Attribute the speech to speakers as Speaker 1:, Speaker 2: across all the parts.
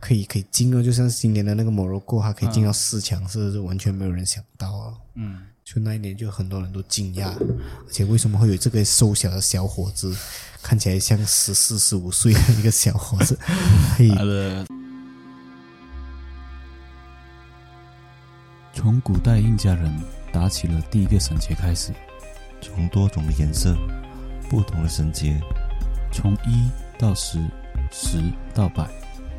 Speaker 1: 可以可以进哦，就像今年的那个摩洛哥，他可以进到四强，是完全没有人想到啊。
Speaker 2: 嗯，
Speaker 1: 就那一年，就很多人都惊讶，而且为什么会有这个瘦小的小伙子，看起来像十四十五岁的一个小伙子，可以
Speaker 2: 好的。从古代印加人打起了第一个绳结开始，
Speaker 3: 从多种的颜色、不同的绳结，
Speaker 2: 从一到十，十到百，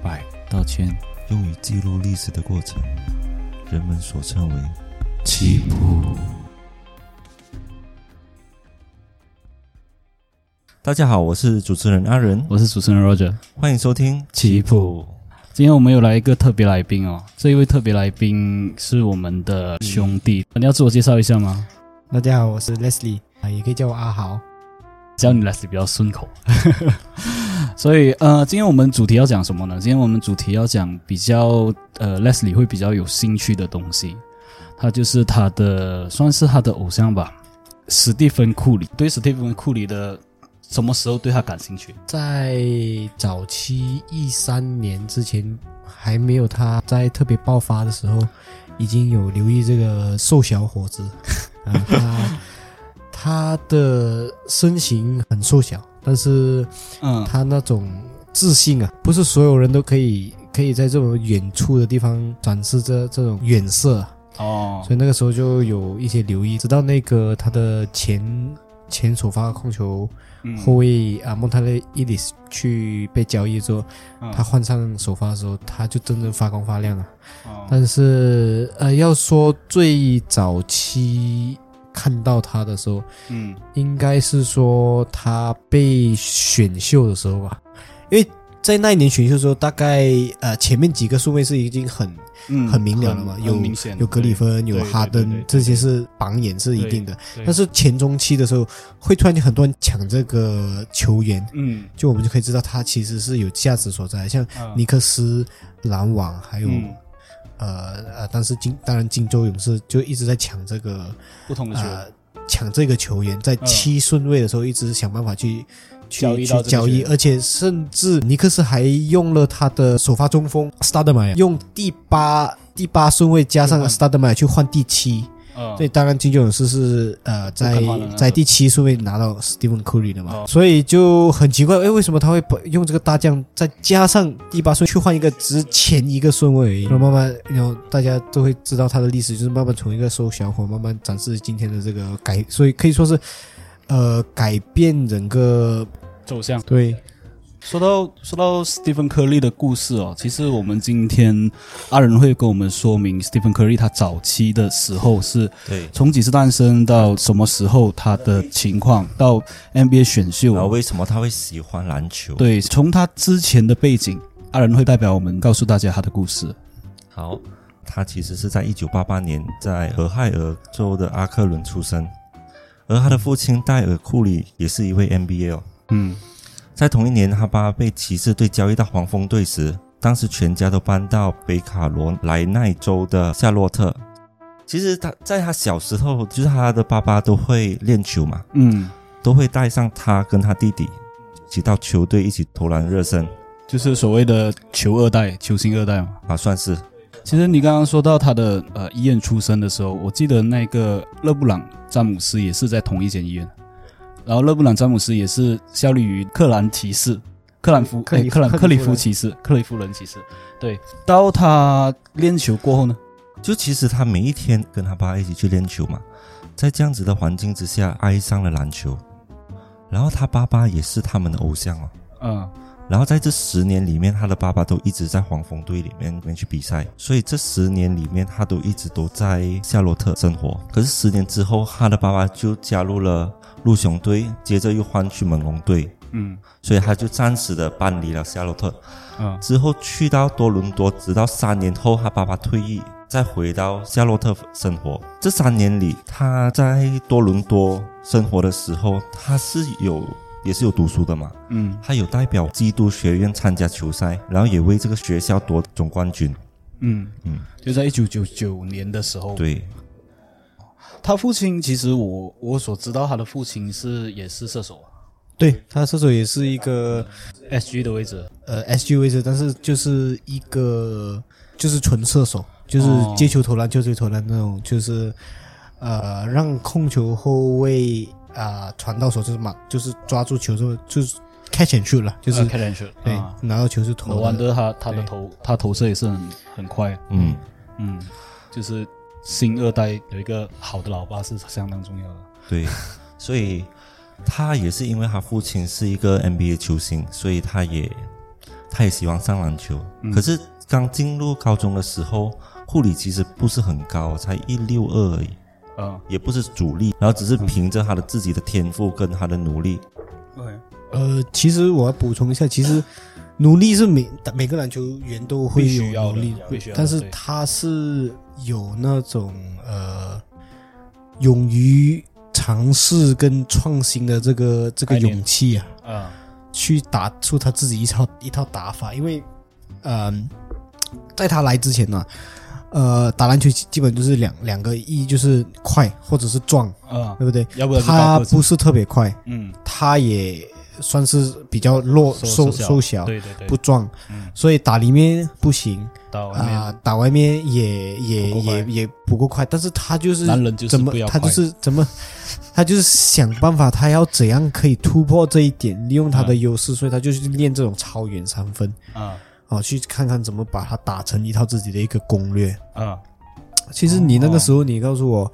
Speaker 2: 百到千，
Speaker 3: 用于记录历史的过程，人们所称为
Speaker 2: 起步。
Speaker 3: 大家好，我是主持人阿仁，
Speaker 2: 我是主持人 Roger，
Speaker 3: 欢迎收听。
Speaker 2: 起步。今天我们有来一个特别来宾哦，这一位特别来宾是我们的兄弟，你要自我介绍一下吗？
Speaker 1: 大家好，我是 Leslie 啊，也可以叫我阿豪。
Speaker 2: 叫你来是比较顺口。 所以呃，今天我们主题要讲什么呢？今天我们主题要讲比较呃，Leslie 会比较有兴趣的东西，他就是他的算是他的偶像吧，史蒂芬库里。对史蒂芬库里的什么时候对他感兴趣？
Speaker 1: 在早期一三年之前，还没有他在特别爆发的时候，已经有留意这个瘦小伙子 啊，他他的身形很瘦小，但是
Speaker 2: 嗯，
Speaker 1: 他那种自信啊，不是所有人都可以可以在这种远处的地方展示这这种远色啊，
Speaker 2: 哦
Speaker 1: 所，以那个时候就有一些留意，直到那个他的前前首发控球
Speaker 2: 嗯
Speaker 1: 后卫啊蒙塔雷伊里斯去被交易之后，
Speaker 2: 嗯
Speaker 1: 他换上首发的时候，他就真正发光发亮了。
Speaker 2: 哦
Speaker 1: 但是呃，要说最早期看到他的时候，
Speaker 2: 嗯
Speaker 1: 应该是说他被选秀的时候吧，因为在那一年选秀的时候，大概呃前面几个顺位是已经很
Speaker 2: 嗯
Speaker 1: 很明了了嘛，
Speaker 2: 很
Speaker 1: 有
Speaker 2: 很明显
Speaker 1: 有格里芬，有哈
Speaker 2: 对对对
Speaker 1: 登，这些是榜眼是一定的。
Speaker 2: 对
Speaker 1: 但是前中期的时候，会突然间很多人抢这个球员，
Speaker 2: 嗯，
Speaker 1: 就我们就可以知道他其实是有价值所在。像
Speaker 2: 啊
Speaker 1: 尼克斯、篮网，还有、
Speaker 2: 嗯
Speaker 1: 呃呃，但是金当然金州勇士就一直在抢这个
Speaker 2: 不同的球员
Speaker 1: 呃抢这个球员，在
Speaker 2: 嗯
Speaker 1: 七顺位的时候一直想办法去。去
Speaker 2: 交易到
Speaker 1: 去
Speaker 2: 这个
Speaker 1: 交
Speaker 2: 球
Speaker 1: 易，
Speaker 2: 员
Speaker 1: 而且甚至尼克斯还用了他的首发中锋 s t a d e m a 用第八第八顺位加上
Speaker 2: 去换
Speaker 1: s t a d e m a 去换第七。
Speaker 2: 嗯
Speaker 1: 所以当然金州勇士是呃在
Speaker 2: 不可怕的那种
Speaker 1: 在第七顺位拿到 Stephen Curry 的嘛
Speaker 2: 哦，
Speaker 1: 所以就很奇怪，哎，为什么他会把用这个大将再加上第八顺位去换一个之前一个顺位而已？然后慢慢，然后大家都会知道他的历史，就是慢慢从一个瘦小伙慢慢展示今天的这个改，所以可以说是呃改变整个
Speaker 2: 走向。
Speaker 1: 对
Speaker 2: 说到说到斯蒂芬·科利的故事哦，其实我们今天阿仁会跟我们说明斯蒂芬·科利他早期的时候是
Speaker 3: 对，
Speaker 2: 从几次诞生到什么时候他的情况，到 NBA 选
Speaker 3: 然
Speaker 2: 秀，
Speaker 3: 后为什么他会喜欢篮球？，
Speaker 2: 对，从他之前的背景，阿仁会代表我们告诉大家他的故事。
Speaker 3: 好，他其实是在一九八八年在俄亥俄州的阿克伦出生，而他的父亲戴尔·库里也是一位 NBA 哦。
Speaker 2: 嗯
Speaker 3: 在同一年，哈巴被骑士队交易到黄蜂队时，当时全家都搬到北卡罗来纳州的夏洛特。其实他在他小时候，就是他的爸爸都会练球嘛，
Speaker 2: 嗯，
Speaker 3: 都会带上他跟他弟弟一起到球队一起投篮热身
Speaker 2: 就是所谓的球二代、球星二代嘛。
Speaker 3: 啊，算是
Speaker 2: 其实你刚刚说到他的呃医院出生的时候，我记得那个勒布朗詹姆斯也是在同一间医院，然后勒布朗詹姆斯也是效力于克兰骑士、克兰夫、
Speaker 1: 克里
Speaker 2: 哎克兰
Speaker 1: 克里夫
Speaker 2: 克里夫
Speaker 1: 人
Speaker 2: 骑士、克里夫人骑士。对，到他练球过后呢，
Speaker 3: 就其实他每一天跟他爸一起去练球嘛，在这样子的环境之下，爱上了篮球，然后他爸爸也是他们的偶像哦。
Speaker 2: 嗯
Speaker 3: 然后在这十年里面，他的爸爸都一直在黄蜂队里面里面去比赛，所以这十年里面他都一直都在夏洛特生活。可是十年之后，他的爸爸就加入了陆熊队，接着又换去猛龙队，
Speaker 2: 嗯
Speaker 3: 所以他就暂时的搬离了夏洛特，
Speaker 2: 嗯
Speaker 3: 之后去到多伦多，直到三年后他爸爸退役，再回到夏洛特生活。这三年里，他在多伦多生活的时候，他是有也是有读书的嘛，
Speaker 2: 嗯
Speaker 3: 他有代表基督学院参加球赛，然后也为这个学校夺总冠军。
Speaker 2: 嗯
Speaker 3: 嗯，
Speaker 2: 就在一九九九年的时候，
Speaker 3: 对，
Speaker 2: 他父亲其实我我所知道他的父亲是也是射手啊，
Speaker 1: 对他射手也是一个
Speaker 2: SG 的位置，
Speaker 1: 呃 S G 位置，但是就是一个就是纯射手，就是
Speaker 2: 哦
Speaker 1: 接球投篮、接球投篮那种，就是呃让控球后卫啊、传到手就是马就是抓住球之后就是 catch and shoot 了，就是、
Speaker 2: 开篮球，
Speaker 1: 对、
Speaker 2: 啊
Speaker 1: 拿到球是投
Speaker 2: 罗
Speaker 1: 的
Speaker 2: 安德他他的
Speaker 1: 对
Speaker 2: 投他投射也是很很快，
Speaker 3: 嗯，
Speaker 2: 嗯，就是新二代有一个好的老爸是相当重要的。
Speaker 3: 对，所以他也是因为他父亲是一个 NBA 球星，所以他也他也喜欢上篮球。可是刚进入高中的时候，库里其实不是很高，才一六二而已，
Speaker 1: 啊
Speaker 2: 嗯
Speaker 3: 也不是主力，然后只是凭着他的自己的天赋跟他的努力，
Speaker 2: ，OK，
Speaker 1: 呃，其实我要补充一下，其实努力是每每个篮球员都会
Speaker 2: 必须要
Speaker 1: 有
Speaker 2: 的
Speaker 1: 努力，
Speaker 2: 必须要的
Speaker 1: 但是
Speaker 2: 对
Speaker 1: 他是有那种呃，勇于尝试跟创新的这个这个
Speaker 2: 概念
Speaker 1: 勇气啊，
Speaker 2: 嗯
Speaker 1: 去打出他自己一套一套打法，因为嗯、在他来之前呢、呃，打篮球基本就是两两个，一就是快或者是撞，
Speaker 2: 嗯，
Speaker 1: 对不对？
Speaker 2: 要不然就高
Speaker 1: 他
Speaker 2: 个子
Speaker 1: 不是特别快，
Speaker 2: 嗯
Speaker 1: 他也算是比较弱
Speaker 2: 收
Speaker 1: 瘦
Speaker 2: 收
Speaker 1: 瘦小，
Speaker 2: 对对对，
Speaker 1: 不壮，
Speaker 2: 嗯
Speaker 1: 所以打里面不行
Speaker 2: 到外
Speaker 1: 啊
Speaker 2: 面，
Speaker 1: 打外面也也
Speaker 2: 不够快
Speaker 1: 也也不够快，但是他就是
Speaker 2: 男人就是
Speaker 1: 怎么
Speaker 2: 不要
Speaker 1: 他
Speaker 2: 快
Speaker 1: 就是怎么他就是想办法，他要怎样可以突破这一点，利用他的
Speaker 2: 嗯
Speaker 1: 优势，所以他就去练这种超远三分
Speaker 2: 嗯
Speaker 1: 啊，去看看怎么把它打成一套自己的一个攻略。
Speaker 2: 嗯
Speaker 1: 其实你那
Speaker 2: 哦
Speaker 1: 个时候，你告诉我，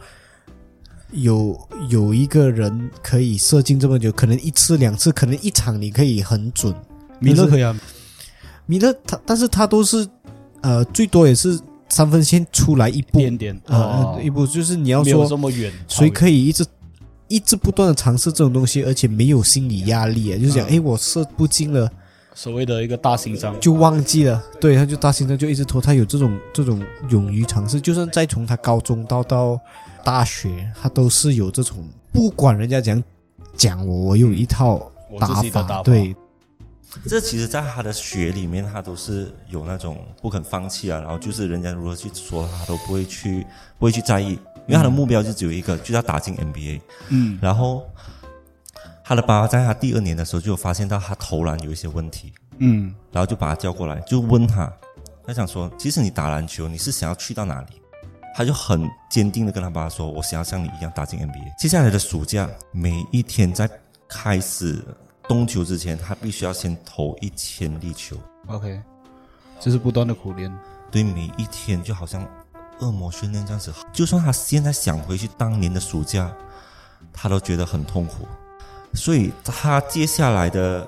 Speaker 1: 有有一个人可以射进这么久，可能一次两次，可能一场你可以很准。
Speaker 2: 米勒
Speaker 1: 但是
Speaker 2: 可以啊，
Speaker 1: 米勒他，但是他都是呃，最多也是三分线出来一步，
Speaker 2: 点点
Speaker 1: 呃，一步就是你要
Speaker 2: 哦没有这
Speaker 1: 说
Speaker 2: 么远，
Speaker 1: 谁
Speaker 2: 以
Speaker 1: 可以一直。一直不断的尝试这种东西，而且没有心理压力，就是讲，
Speaker 2: 嗯
Speaker 1: 哎、我射不进了，
Speaker 2: 所谓的一个大型商
Speaker 1: 就忘记了，对，他就大心脏就一直拖，他有这种这种勇于尝试，就算再从他高中到到大学，他都是有这种，不管人家怎样讲我，我有一套
Speaker 2: 我
Speaker 1: 打
Speaker 2: 自
Speaker 1: 法，
Speaker 2: 己的打法
Speaker 1: 对，
Speaker 3: 这其实，在他的血里面，他都是有那种不肯放弃啊，然后就是人家如何去说他都不会去不会去在意，因为他的目标就只有一个，就是要打进 NBA。
Speaker 2: 嗯
Speaker 3: 然后他的爸爸在他第二年的时候就有发现到他投篮有一些问题，
Speaker 2: 嗯
Speaker 3: 然后就把他叫过来，就问他，他想说，其实你打篮球，你是想要去到哪里？他就很坚定的跟他爸爸说，我想要像你一样打进 NBA。接下来的暑假，每一天在开始冬球之前，他必须要先投一千粒球。
Speaker 2: ，OK，就是不断的苦练，
Speaker 3: 对每一天就好像恶魔训练这样子。就算他现在想回去当年的暑假，他都觉得很痛苦。所以他接下来的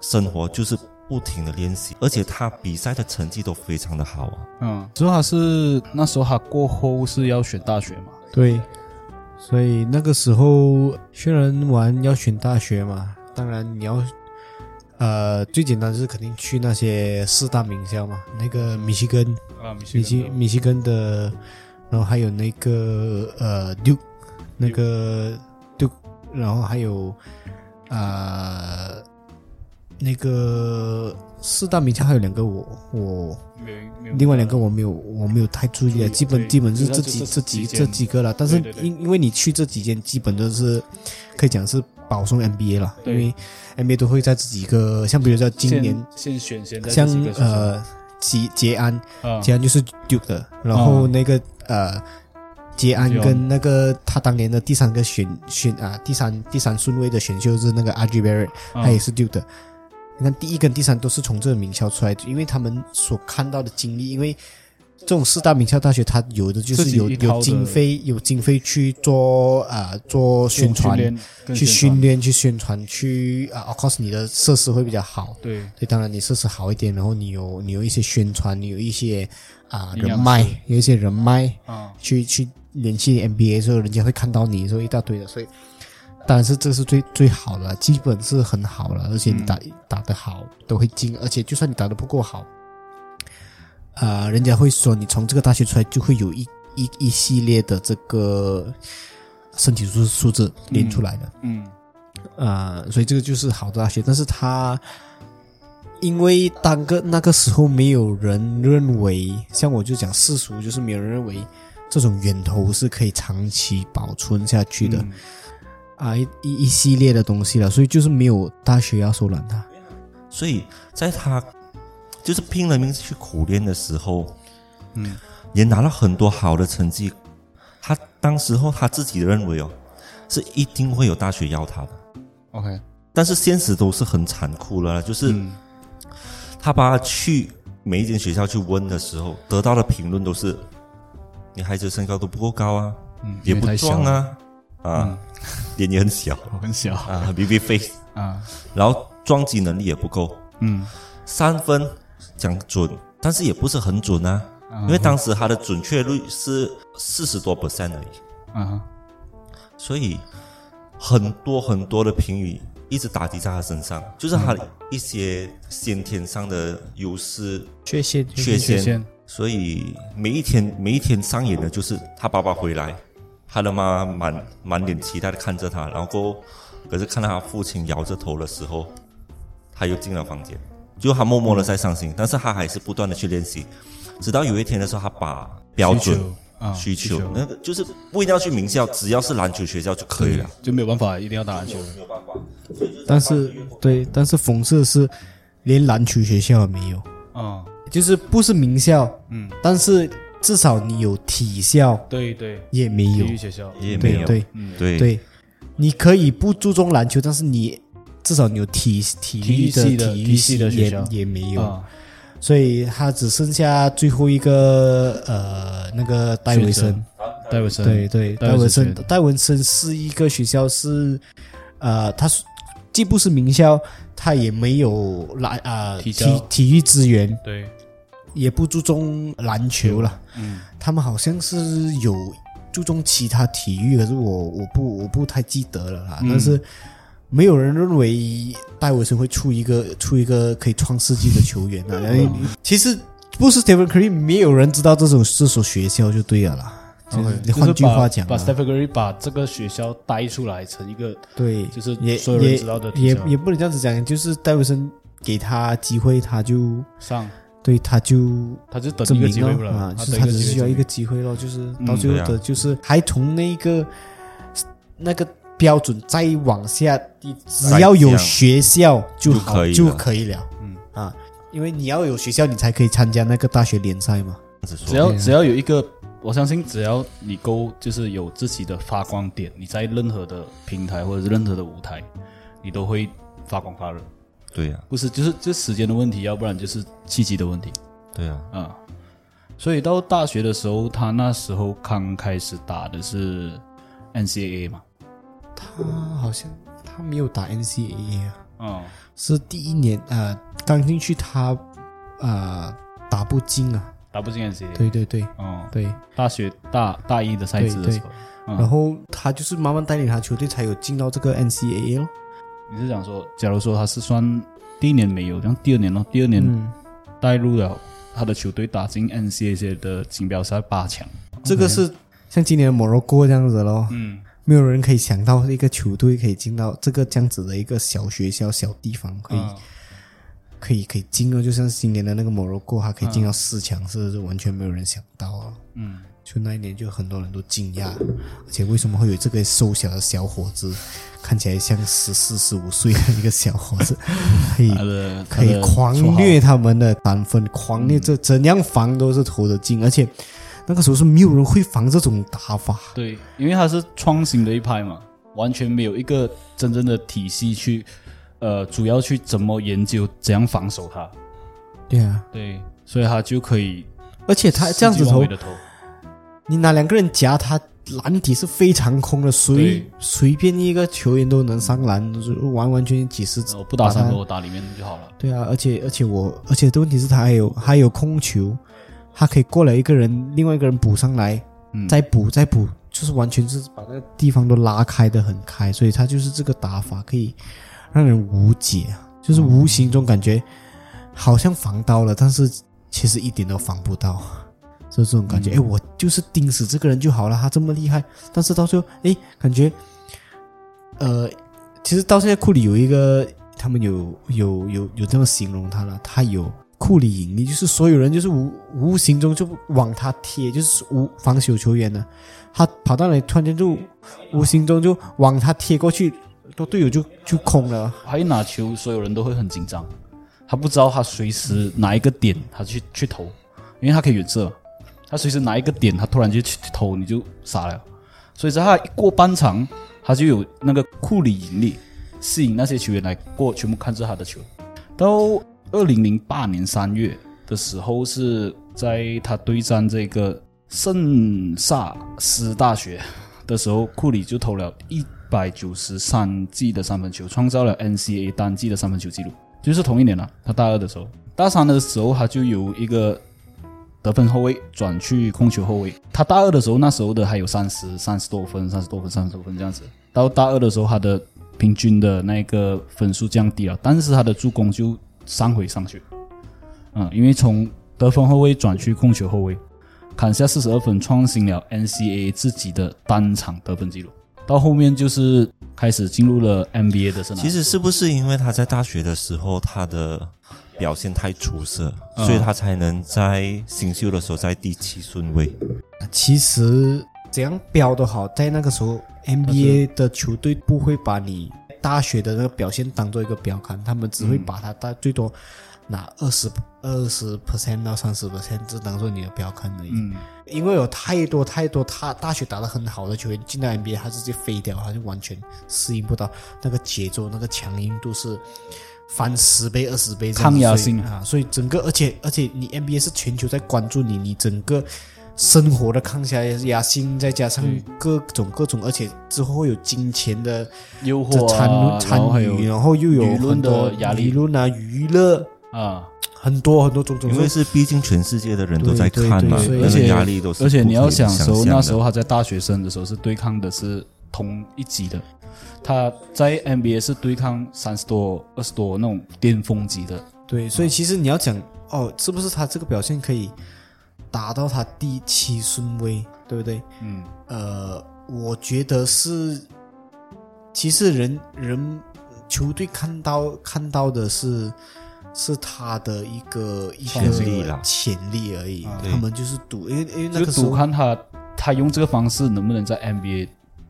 Speaker 3: 生活就是不停的练习，而且他比赛的成绩都非常的好啊。
Speaker 2: 嗯，主要是那时候他过后是要选大学嘛，
Speaker 1: 对，所以那个时候虽然完要选大学嘛，当然你要，呃，最简单就是肯定去那些四大名校嘛，那个密西根、
Speaker 2: 啊，
Speaker 1: 密西密西根的，然后还有那个呃 Duke，那个 Duke，然后还有呃那个四大名校还有两个我我另外两个我没有我没有太注意
Speaker 2: 注意啊
Speaker 1: 了，基本
Speaker 2: 对
Speaker 1: 基本是
Speaker 2: 就
Speaker 1: 这
Speaker 2: 是
Speaker 1: 几
Speaker 2: 这
Speaker 1: 这几
Speaker 2: 几
Speaker 1: 这
Speaker 2: 间
Speaker 1: 几个了，但是
Speaker 2: 对对对
Speaker 1: 因因为你去这几间基本都是可以讲是保送 NBA 了，因
Speaker 2: 对
Speaker 1: 为 NBA 都会在这几个，像比如说今年
Speaker 2: 先选先在
Speaker 1: 像
Speaker 2: 这几个学校
Speaker 1: 呃吉捷安。
Speaker 2: 嗯
Speaker 1: 捷安就是 Duke 的，然后那个、
Speaker 2: 啊
Speaker 1: 呃，捷安跟那个他当年的第三个选选啊，第三第三顺位的选秀是那个 RG Barrett，、
Speaker 2: 嗯
Speaker 1: 他也是 Duke 的。你看第一跟第三都是从这个名校出来的，因为他们所看到的经历，因为这种四大名校大学，它有的就
Speaker 2: 自
Speaker 1: 是
Speaker 2: 己
Speaker 1: 有
Speaker 2: 一套的
Speaker 1: 有经费，有经费去做啊、做宣传，
Speaker 2: 练跟
Speaker 1: 去
Speaker 2: 宣
Speaker 1: 训
Speaker 2: 传
Speaker 1: 练，去宣传，去啊、o f course 你的设施会比较好，
Speaker 2: 对
Speaker 1: 对，当然你设施好一点，然后你有你有一些宣传，你有一些啊、
Speaker 2: 营养
Speaker 1: 人脉，有一些人脉
Speaker 2: 啊
Speaker 1: 去去联系 NBA 的时候，人家会看到你，所以一大堆的，所以当然是这是最最好的，基本是很好了，而且
Speaker 2: 嗯
Speaker 1: 你打、打得好都会进，而且就算你打得不够好，啊、人家会说你从这个大学出来就会有一一一系列的这个身体素素质练出来的。
Speaker 2: 嗯
Speaker 1: 呃，所以这个就是好的大学，但是他因为当个那个时候没有人认为，像我就讲世俗，就是没有人认为这种源头是可以长期保存下去的啊、
Speaker 2: 嗯
Speaker 1: 啊一一一系列的东西了，所以就是没有大学要收揽他。
Speaker 3: 所以在他就是拼了命去苦练的时候，
Speaker 2: 嗯，
Speaker 3: 也拿了很多好的成绩。他当时候他自己认为哦，是一定会有大学要他的，
Speaker 2: ，OK，
Speaker 3: 但是现实都是很残酷的啦，就是
Speaker 2: 嗯
Speaker 3: 他爸去每一间学校去问的时候，得到的评论都是：你孩子身高都不够高啊，
Speaker 2: 嗯，
Speaker 3: 也不
Speaker 2: 太小嗯
Speaker 3: 壮，啊，啊，脸也很小
Speaker 2: 我很小
Speaker 3: 啊，微微飞，
Speaker 2: 啊，
Speaker 3: 然后撞击能力也不够，
Speaker 2: 嗯，
Speaker 3: 三分讲准，但是也不是很准啊，
Speaker 2: 嗯
Speaker 3: 因为当时他的准确率是四十多 percent 而已，
Speaker 2: 啊，
Speaker 3: 所以很多很多的评语一直打击在他身上，就是他一些先天上的优势
Speaker 1: 缺陷
Speaker 3: 缺
Speaker 2: 缺
Speaker 3: 陷
Speaker 2: 陷，
Speaker 3: 所以每一天每一天上演的就是他爸爸回来，他的妈满满脸期待的看着他，然后过后可是看到他父亲摇着头的时候，他又进了房间，就他默默的在伤心，但是他还是不断的去练习，直到有一天的时候，他把标准
Speaker 2: 需求啊
Speaker 3: 需
Speaker 2: 需求
Speaker 3: 求那个就是不一定要去名校，只要是篮球学校就可以了。
Speaker 2: 就没有办法，一定要打篮球，
Speaker 1: 但是对，但是讽刺的是，连篮球学校也没有，
Speaker 2: 啊，
Speaker 1: 就是不是名校，嗯，但是至少你有体校
Speaker 2: 对对，
Speaker 1: 也没
Speaker 2: 体
Speaker 1: 有，
Speaker 2: 育学校，
Speaker 3: 也没
Speaker 1: 对
Speaker 3: 有
Speaker 1: 对
Speaker 3: 对
Speaker 1: 对，你可以不注重篮球，但是你至少你有体体育
Speaker 2: 体育
Speaker 1: 的
Speaker 2: 系的
Speaker 1: 体
Speaker 2: 体
Speaker 1: 育
Speaker 2: 育系的学校
Speaker 1: 也也没有，
Speaker 2: 啊，
Speaker 1: 所以他只剩下最后一个呃那个戴维
Speaker 2: 选
Speaker 1: 森
Speaker 2: 择，戴维森，
Speaker 1: 对对，戴
Speaker 2: 戴
Speaker 1: 文
Speaker 2: 文
Speaker 1: 森
Speaker 2: 森，
Speaker 1: 戴文森是一个学校是，呃，他是既不是名校，他也没有篮啊、
Speaker 2: 体校
Speaker 1: 体体育资源，
Speaker 2: 对，
Speaker 1: 也不注重篮球了。
Speaker 2: 嗯，
Speaker 1: 他们好像是有注重其他体育，可是我我不我不太记得了
Speaker 2: 嗯
Speaker 1: 啦。但是没有人认为戴维森会出一个出一个可以创世纪的球员啊。
Speaker 2: 嗯
Speaker 1: 因为其实不是 Stephen Curry，没有人知道这种这所学校就对了啦。就是
Speaker 2: 就是
Speaker 1: 换句
Speaker 2: 把
Speaker 1: 话讲啊，
Speaker 2: 把 Stephen Curry 把这个学校带出来成一个，
Speaker 1: 对，
Speaker 2: 就是
Speaker 1: 也
Speaker 2: 所有人
Speaker 1: 也
Speaker 2: 知道的体
Speaker 1: 也
Speaker 2: 校
Speaker 1: 也不能这样子讲，就是戴维森给他机会，他就
Speaker 2: 上，
Speaker 1: 对他就
Speaker 2: 他就等
Speaker 1: 证
Speaker 2: 一个
Speaker 1: 明
Speaker 2: 机会不
Speaker 1: 了
Speaker 2: 了，
Speaker 1: 啊，就是
Speaker 2: 等
Speaker 1: 他
Speaker 2: 个
Speaker 1: 只
Speaker 2: 机
Speaker 1: 是
Speaker 2: 会
Speaker 1: 需要
Speaker 2: 证
Speaker 1: 一
Speaker 2: 明
Speaker 1: 个机会咯，就是
Speaker 2: 嗯
Speaker 1: 到最后
Speaker 3: 对
Speaker 1: 的
Speaker 3: 啊
Speaker 1: 就是还从那个那个标准再往下低，只
Speaker 3: 再
Speaker 1: 要有
Speaker 3: 降
Speaker 1: 学校就
Speaker 3: 就
Speaker 1: 好
Speaker 3: 可以
Speaker 1: 就
Speaker 3: 了
Speaker 1: 可以了，嗯啊，因为你要有学校，你才可以参加那个大学联赛嘛，
Speaker 3: 只
Speaker 2: 只要只要有一个，我相信只要你够，就是有自己的发光点，你在任何的平台或者是任何的舞台，你都会发光发热。
Speaker 3: 对呀、
Speaker 2: 不是，就是这时间的问题，要不然就是契机的问题
Speaker 3: 对呀、
Speaker 2: 啊。所以到大学的时候，他那时候刚开始打的是 NCAA 嘛，
Speaker 1: 他啊好像他没有打 NCAA 啊。
Speaker 2: 嗯，
Speaker 1: 是第一年呃刚进去他呃打不进啊，
Speaker 2: 打不进 NCAA，，
Speaker 1: 对对对
Speaker 2: 嗯，
Speaker 1: 对，
Speaker 2: 大学大大一的赛制的时候，嗯
Speaker 1: 然后他就是慢慢带领他球队才有进到这个 NCAA 咯，
Speaker 2: 你是想说，假如说他是算第一年没有，然后第二年咯，第二年
Speaker 1: 嗯，
Speaker 2: 带入了他的球队打进 NCAA 的锦标赛八强。
Speaker 1: 这个是像今年的摩洛哥这样子咯，
Speaker 2: 嗯，
Speaker 1: 没有人可以想到一个球队可以进到这个这样子的一个小学校小地方可以。
Speaker 2: 嗯
Speaker 1: 可以可以进哦，就像今年的那个摩洛哥，他可以进到四强，是完全没有人想到啊。
Speaker 2: 嗯，
Speaker 1: 就那一年就很多人都惊讶，而且为什么会有这个瘦小的小伙子，看起来像十四十五岁的一个小伙 子，可以
Speaker 2: 他的
Speaker 1: 可以狂虐，他们的单分，狂虐
Speaker 2: 嗯
Speaker 1: 这怎样防都是投得进，而且那个时候是没有人会防这种打法。
Speaker 2: 他的绰号对，因为他是创新的一派嘛，完全没有一个真正的体系去，呃，主要去怎么研究怎样防守他。
Speaker 1: 对啊，
Speaker 2: 对，所以他就可以
Speaker 1: 而且他这样子
Speaker 2: 四季往
Speaker 1: 投
Speaker 2: 回，的呃投，
Speaker 1: 你拿两个人夹他，篮底是非常空的，随
Speaker 2: 对
Speaker 1: 随便一个球员都能上篮，就是完完全全几十次
Speaker 2: 我哦不打
Speaker 1: 把他
Speaker 2: 三分，我打里面就好了。
Speaker 1: 对啊，而且而且我，而且的问题是他还有还有控球，他可以过来一个人，另外一个人补上来，
Speaker 2: 嗯，
Speaker 1: 再补再补，就是完全是把那个地方都拉开的很开，所以他就是这个打法可以让人无解啊，就是无形中感觉好像防到了，但是其实一点都防不到，就是这种感觉。哎、我就是盯死这个人就好了，他这么厉害，但是到最后，哎，感觉，呃，其实到现在库里有一个，他们有有有有这么形容他了，他有库里引力，就是所有人就是无无形中就往他贴，就是无防守球员呢，他跑到那里突然间就无形中就往他贴过去，都队友就就空了。
Speaker 2: 他一拿球，所有人都会很紧张，他不知道他随时哪一个点他去去投，因为他可以远射嘛，他随时哪一个点他突然就去去投，你就傻了。所以只要他一过半场，他就有那个库里引力，吸引那些球员来过，全部看着他的球。到二零零八年三月的时候，是在他对战这个圣萨斯大学的时候，库里就投了一百九十三记的三分球，创造了 NCAA 单季的三分球记录，就是同一年了、他大二的时候，大三的时候他就有一个得分后卫转去控球后卫。他大二的时候，那时候的还有三十三十多分、三十多分、三十多分这样子。到大二的时候，他的平均的那个分数降低了，但是他的助攻就上回上去。嗯，因为从得分后卫转去控球后卫，砍下四十二分，创新了 NCAA 自己的单场得分记录。到后面就是开始进入了 NBA 的生涯。
Speaker 3: 其实是不是因为他在大学的时候他的表现太出色，
Speaker 2: 嗯
Speaker 3: 所以他才能在新秀的时候在第七顺位？
Speaker 1: 其实怎样标都好，在那个时候 NBA 的球队不会把你大学的那个表现当做一个标杆，他们只会把它大最多拿二十二十 percent 到三十 percent，这当做你的标杆而已。
Speaker 2: 嗯，
Speaker 1: 因为有太多太多他大学打得很好的球员进到 NBA，他直接飞掉，他就完全适应不到那个节奏，那个强硬度是翻十倍、二十倍这样子
Speaker 2: 抗压
Speaker 1: 所以
Speaker 2: 性
Speaker 1: 啊，所以整个而且而且你 NBA 是全球在关注你，你整个生活的抗压性，再加上
Speaker 2: 嗯
Speaker 1: 各种各种，而且之后会有金钱的
Speaker 2: 诱
Speaker 1: 这
Speaker 2: 惑
Speaker 1: 参
Speaker 2: 啊，
Speaker 1: 参
Speaker 2: 然后还有
Speaker 1: 与，然后又有
Speaker 2: 舆论
Speaker 1: 很多
Speaker 2: 的压力
Speaker 1: 舆论啊、娱乐
Speaker 2: 啊，
Speaker 1: 很多很多种种，
Speaker 3: 因为是毕竟全世界的人都在
Speaker 1: 对对
Speaker 3: 看嘛，
Speaker 1: 对对
Speaker 3: 那
Speaker 2: 而
Speaker 3: 个
Speaker 2: 且
Speaker 3: 压力都是
Speaker 2: 而且你要想
Speaker 3: 时
Speaker 2: 说，那时候他在大学生的时候是对抗的是同一级的，他在 NBA 是对抗三十多、二十多那种巅峰级的。
Speaker 1: 对，所以其实你要讲哦，是不是他这个表现可以达到他第七顺位，对不对？
Speaker 2: 嗯，
Speaker 1: 呃，我觉得是，其实人人球队看到看到的是是他的一个一个
Speaker 3: 潜力啦
Speaker 1: 潜力而已，
Speaker 3: 对
Speaker 1: 他们就是赌，因为因为那
Speaker 2: 就
Speaker 1: 个时候
Speaker 2: 赌看他他用这个方式能不能在 NBA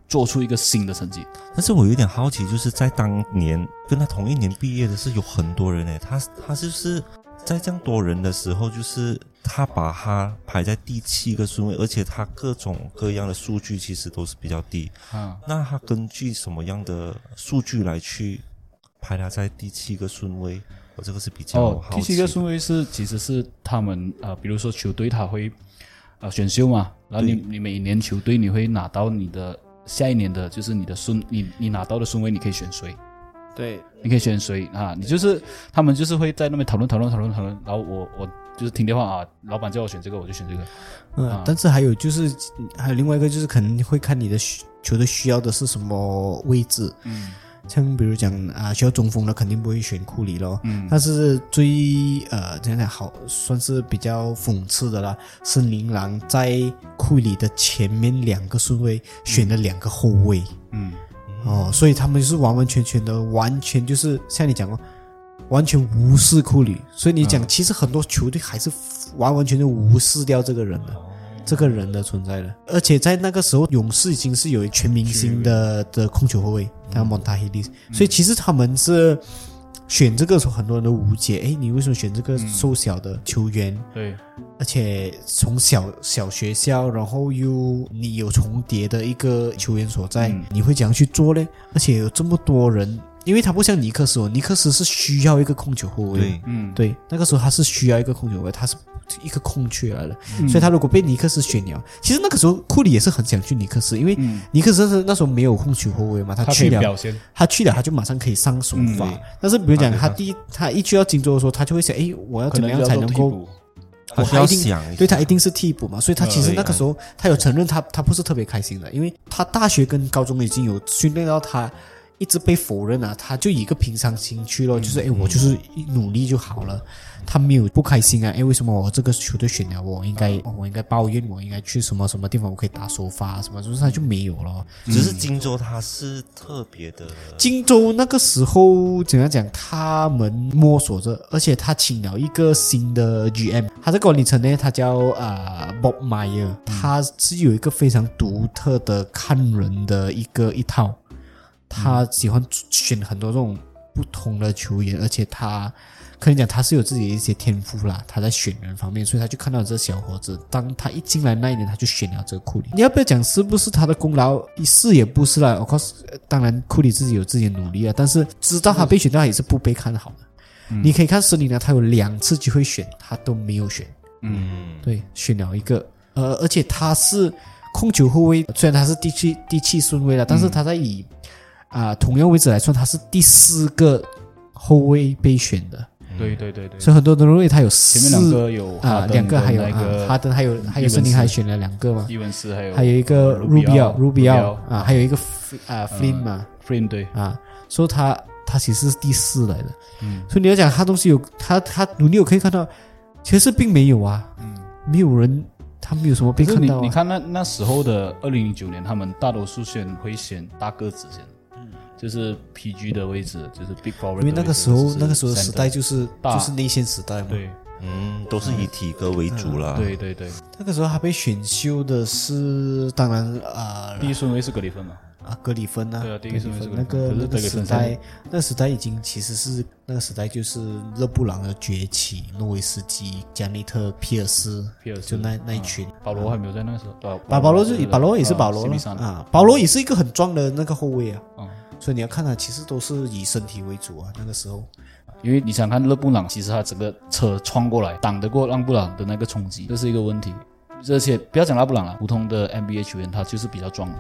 Speaker 2: 做出一个新的成绩。
Speaker 3: 但是我有点好奇，就是在当年跟他同一年毕业的是有很多人诶，他他就是在这样多人的时候，就是他把他排在第七个顺位，而且他各种各样的数据其实都是比较低。
Speaker 2: 啊，
Speaker 3: 那他根据什么样的数据来去排他在第七个顺位？我这个是比较
Speaker 2: 哦，
Speaker 3: 好奇
Speaker 2: 第
Speaker 3: 的、
Speaker 2: 七个顺位是其实是他们呃，比如说球队他会呃选秀嘛，然后你你每年球队你会拿到你的下一年的就是你的顺你你拿到的顺位，你可以选谁。
Speaker 1: 对
Speaker 2: 你可以选谁啊？你就是他们就是会在那边讨论讨论讨论讨论，然后我我就是听电话啊，老板叫我选这个我就选这个。
Speaker 1: 嗯，
Speaker 3: 啊
Speaker 1: 但是还有就是，还有另外一个就是可能会看你的需球队需要的是什么位置。嗯，像比如讲啊，需要中锋的肯定不会选库里咯。嗯，但是最呃怎样讲好，算是比较讽刺的啦，是林狼在库里的前面两个顺位选了两个后卫。
Speaker 2: 嗯，
Speaker 1: 哦，所以他们是完完全全的，完全就是像你讲哦，完全无视库里。所以你讲，其实很多球队还是完完全全无视掉这个人的，这个人的存在的。而且在那个时候，勇士已经是有全明星的的控球后卫，他蒙塔希利斯，所以其实他们是。选这个时候，很多人都无解，哎，你为什么选这个瘦小的球员？
Speaker 2: 对，
Speaker 1: 而且从小小学校，然后又你有重叠的一个球员所在，
Speaker 2: 嗯
Speaker 1: 你会怎样去做呢？而且有这么多人，因为他不像尼克斯，哦，尼克斯是需要一个控球后卫，
Speaker 3: 对，
Speaker 2: 嗯，
Speaker 1: 对那个时候他是需要一个控球后卫，他是一个空缺来的，
Speaker 2: 嗯
Speaker 1: 所以他如果被尼克斯选了，其实那个时候库里也是很想去尼克斯，因为
Speaker 2: 嗯，
Speaker 1: 尼克斯是那时候没有控球后卫嘛，他
Speaker 2: 他可
Speaker 1: 去
Speaker 2: 以
Speaker 1: 了
Speaker 2: 表嗯现，
Speaker 1: 他去了，他就马上可以上首发。但是比如讲，他第一他一去到荆州的时候，他就会想，诶，我要
Speaker 2: 可
Speaker 1: 怎么样
Speaker 2: 要
Speaker 1: 才
Speaker 2: 做
Speaker 1: 能
Speaker 2: 替
Speaker 1: 够
Speaker 2: 补
Speaker 3: 还是
Speaker 1: 我还
Speaker 3: 要
Speaker 1: 一定
Speaker 3: 想一下
Speaker 1: 对他一定是替补嘛，所以他其实那个时候他有承认他他不是特别开心的，因为他大学跟高中已经有训练到他一直被否认啊，他就以一个平常心去
Speaker 3: 嗯
Speaker 1: 咯，就是哎，我就是一努力就好了。他没有不开心啊，哎，为什么我这个球队选了我？应该我应该抱怨，我应该去什么什么地方，我可以打首发啊什么，就是他就没有了。
Speaker 2: 嗯
Speaker 3: 只是荆州它是特别的，
Speaker 1: 荆州那个时候怎样讲？他们摸索着，而且他请了一个新的 GM，他这个管理层呢，他叫啊、呃 Bob Meyer，他是有一个非常独特的看人的一个一套，他喜欢选很多这种不同的球员，而且他可以讲他是有自己的一些天赋啦，他在选人方面，所以他就看到这小伙子，当他一进来那一年，他就选了这个库里。你要不要讲是不是他的功劳？是也不是啦，of course，呃当然库里自己有自己的努力啊，但是知道他被选到也是不被看好的。你可以看斯里呢，他有两次机会选，他都没有选。
Speaker 3: 嗯，
Speaker 1: 对，选了一个，呃，而且他是控球后卫，虽然他是第七第七顺位了，但是他在以啊、同样位置来算，他是第四个后卫被选的，
Speaker 2: 对对对对，
Speaker 1: 所以很多人认为他有四
Speaker 2: 前面两个有
Speaker 1: 啊，
Speaker 2: 哈登
Speaker 1: 两个
Speaker 2: 跟
Speaker 1: 还有、
Speaker 2: 那
Speaker 1: 啊、哈
Speaker 2: 个
Speaker 1: 登，还有还有
Speaker 2: 伊文斯
Speaker 1: 森林还选了两个嘛，
Speaker 2: 伊文斯，还有
Speaker 1: 还有一个
Speaker 2: 卢比奥
Speaker 1: Rubio
Speaker 2: 比
Speaker 1: Rubio 啊，还有一个 F- 啊 Flynn 嘛，
Speaker 2: Frame 对，
Speaker 1: 啊，所以他他其实是第四来的，嗯，所以你要讲他东西有他他努力，我可以看到，其实并没有啊，嗯，没有人他没有什么被
Speaker 2: 可是
Speaker 1: 看
Speaker 2: 你
Speaker 1: 到、啊
Speaker 2: 你看那那时候的二零零九年，他们大多数选会选大个子先，就是 PG 的位置，就是 Big Forward，
Speaker 1: 因为那
Speaker 2: 的
Speaker 1: 个
Speaker 2: 位置
Speaker 1: 时候
Speaker 2: 就是
Speaker 1: 那个时候
Speaker 2: center
Speaker 1: 时代就是
Speaker 2: 大
Speaker 1: 就是内线时代嘛，
Speaker 2: 对
Speaker 3: 嗯，都是以体格为主啦。
Speaker 2: 嗯对对对，
Speaker 1: 那个时候他被选秀的是当然啊
Speaker 2: 第一顺位是格里芬嘛，
Speaker 1: 啊格里芬啊
Speaker 2: 对啊，第一
Speaker 1: 格
Speaker 2: 个
Speaker 1: 里
Speaker 2: 顺位是
Speaker 1: 芬
Speaker 2: 格
Speaker 1: 那个那
Speaker 2: 里芬可
Speaker 1: 个时
Speaker 2: 是德里芬
Speaker 1: 代那时代已经其实是那个时代就是勒布朗的崛起，诺维斯基、加内特、皮尔斯，
Speaker 2: 皮尔斯
Speaker 1: 就那那一群。
Speaker 2: 保罗还没有在那个时候，对吧
Speaker 1: 保啊保罗就是保罗也是保罗
Speaker 2: 啊
Speaker 1: 了
Speaker 2: ，CB3
Speaker 1: 啊，保罗也是一个很壮的那个后卫啊，
Speaker 2: 嗯
Speaker 1: 所以你要看他其实都是以身体为主啊，那个时候
Speaker 2: 因为你想看勒布朗，其实他整个车穿过来，挡得过让布朗的那个冲击，这是一个问题。而且不要讲拉布朗了，普通的 NBA 球员他就是比较壮的，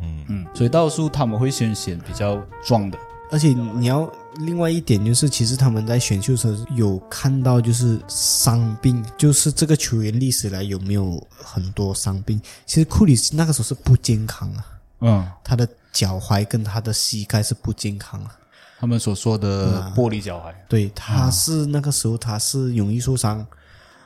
Speaker 2: 嗯嗯，所以大多数他们会先选比较壮的，
Speaker 1: 而且你要另外一点就是，其实他们在选秀时候有看到就是伤病，就是这个球员历史来有没有很多伤病。其实库里那个时候是不健康啊，
Speaker 2: 嗯，
Speaker 1: 他的脚踝跟他的膝盖是不健康啊。
Speaker 2: 他们所说的玻璃脚踝，
Speaker 1: 对，他是那个时候他是容易受伤，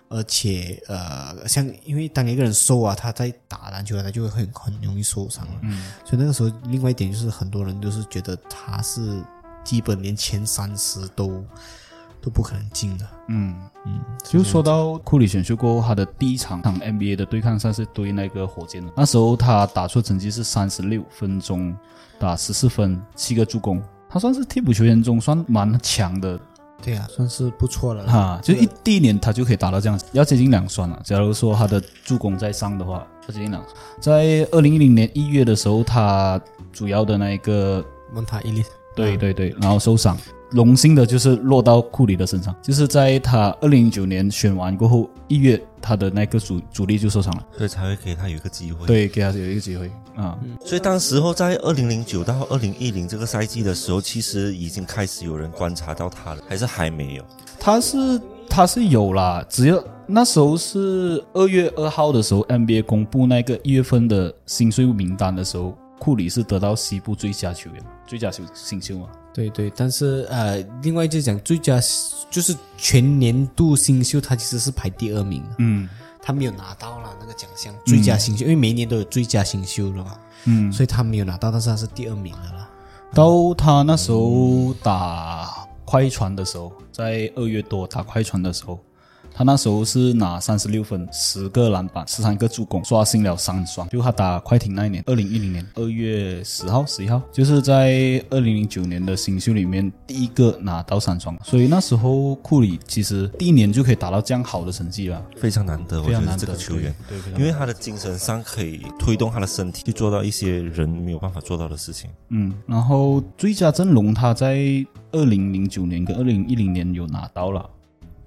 Speaker 1: 而且呃，像因为当一个人瘦啊，他在打篮球他就会很很容易受伤了。嗯，所以那个时候另外一点就是很多人都是觉得他是基本连前三十都都不可能进的。
Speaker 2: 嗯嗯，就说到库里选秀过后，他的第一场场 NBA 的对抗赛是对那个火箭的，那时候他打出成绩是三十六分钟，打十四分，七个助攻，他算是替补球员中算蛮强的，
Speaker 1: 对啊，算是不错了啦。
Speaker 2: 哈，就一第一年他就可以达到这样，要接近两双了。假如说他的助攻在上的话，要接近两双。在二零一零年一月的时候，他主要的那一个，
Speaker 1: 蒙塔伊利，
Speaker 2: 对对对，然后受伤。荣幸的就是落到库里的身上，就是在他二零一九年选完过后一月，他的那个主主力就受伤了，
Speaker 3: 所以才会给他有一个机会。，
Speaker 2: 对，给他有一个机会啊，
Speaker 3: 所以当时候在二零零九到二零一零这个赛季的时候，其实已经开始有人观察到他了，还是还没有。
Speaker 2: 他是他是有啦，只要那时候是二月二号的时候，NBA 公布那个一月份的新税务名单的时候，库里是得到西部最佳球员、最佳球新秀嘛？
Speaker 1: 对对，但是呃，另外就讲最佳就是全年度新秀，他其实是排第二名。
Speaker 2: 嗯，
Speaker 1: 他没有拿到了那个奖项，最佳新秀，因为每一年都有最佳新秀了嘛，嗯，所以他没有拿到，但是他是第二名的啦。
Speaker 2: 到他那时候打快船的时候，在二月多打快船的时候。他那时候是拿三十六分、十个篮板、十三个助攻，刷新了三双。就他打快艇那一年，二零一零年二月十号、十一号，就是在二零零九年的新秀里面第一个拿到三双。所以那时候库里其实第一年就可以达到这样好的成绩了，
Speaker 3: 非常难得，我
Speaker 2: 非
Speaker 3: 觉
Speaker 2: 常
Speaker 3: 得
Speaker 2: 难
Speaker 3: 这
Speaker 2: 得。
Speaker 3: 个球
Speaker 2: 对
Speaker 3: 员，
Speaker 2: 对，非常
Speaker 3: 因为他的精神上可以推动他的身体去做到一些人没有办法做到的事情。
Speaker 2: 嗯，然后最佳阵容他在二零零九年跟二零一零年有拿到了。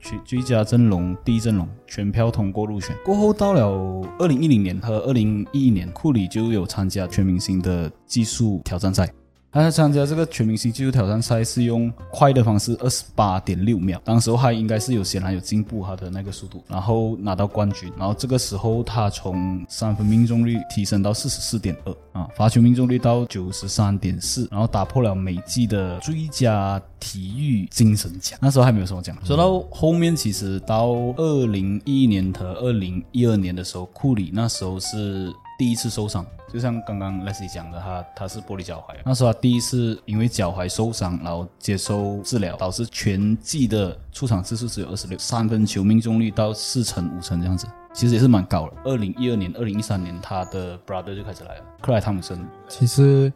Speaker 2: 最最佳阵容第一阵容全票通过入选，过后到了二零一零年和二零一一年，库里就有参加全明星的技术挑战赛，他在参加这个全明星技术挑战赛是用快的方式，二十八点六秒，当时候还应该是有显然有进步他的那个速度，然后拿到冠军，然后这个时候他从三分命中率提升到四十四点二啊，罚球命中率到九十三点四，然后打破了美季的最佳体育精神奖，那时候还没有什么奖。说到后面，其实到二零一一年和二零一二年的时候，库里那时候是第一次受伤，就像刚刚 Leslie 讲的，他他是玻璃脚踝，那啊时候他第一次因为脚踝受伤，然后接受治疗，导致全季的出场次数只有二十六，三分球命中率到四成五成这样子。其实也是蛮高的。二零一二年、二零一三年，他的 brother 就开始来了，克莱汤姆森。
Speaker 1: 其实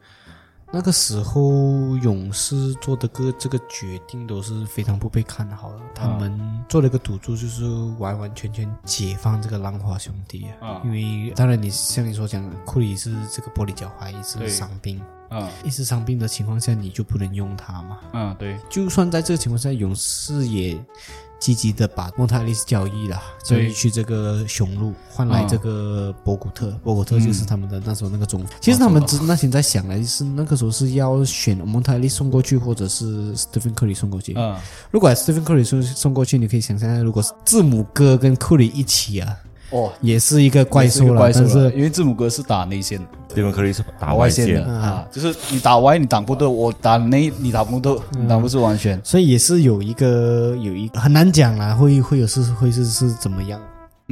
Speaker 1: 那个时候勇士做的个这个决定都是非常不被看好的，他们做了一个赌注，就是完完全全解放这个浪花兄弟啊。
Speaker 2: 啊
Speaker 1: 因为当然你像你所讲的，库里是这个玻璃脚踝，也
Speaker 2: 对
Speaker 1: 是伤病，
Speaker 2: 嗯
Speaker 1: 一直伤病的情况下，你就不能用他嘛。
Speaker 2: 嗯，对，
Speaker 1: 就算在这个情况下，勇士也积极的把蒙塔利斯交易了，交
Speaker 2: 对
Speaker 1: 易去这个雄鹿，换来这个博古特。
Speaker 2: 嗯
Speaker 1: 博古特就是他们的那时候那个中锋。其实他们之那些在想来是那个时候是要选蒙塔利送过去，或者是斯蒂芬克里送过去。
Speaker 2: 嗯，
Speaker 1: 如果斯蒂芬克里送送过去，你可以想象，如果是字母哥跟库里一起啊，
Speaker 2: 哦，
Speaker 1: 也是一个怪
Speaker 2: 也是
Speaker 1: 兽
Speaker 2: 一个
Speaker 1: 了。
Speaker 2: 怪兽
Speaker 1: 但
Speaker 2: 了，
Speaker 1: 是
Speaker 2: 因为字母哥是打内线的，
Speaker 3: 对面克利是打
Speaker 2: 外
Speaker 3: 线
Speaker 2: 的啊，就是你打歪你挡不住，我打内你打不住，你挡不住完全。
Speaker 1: 所以也是有一个有一很难讲啦，会会有是会是是怎么样。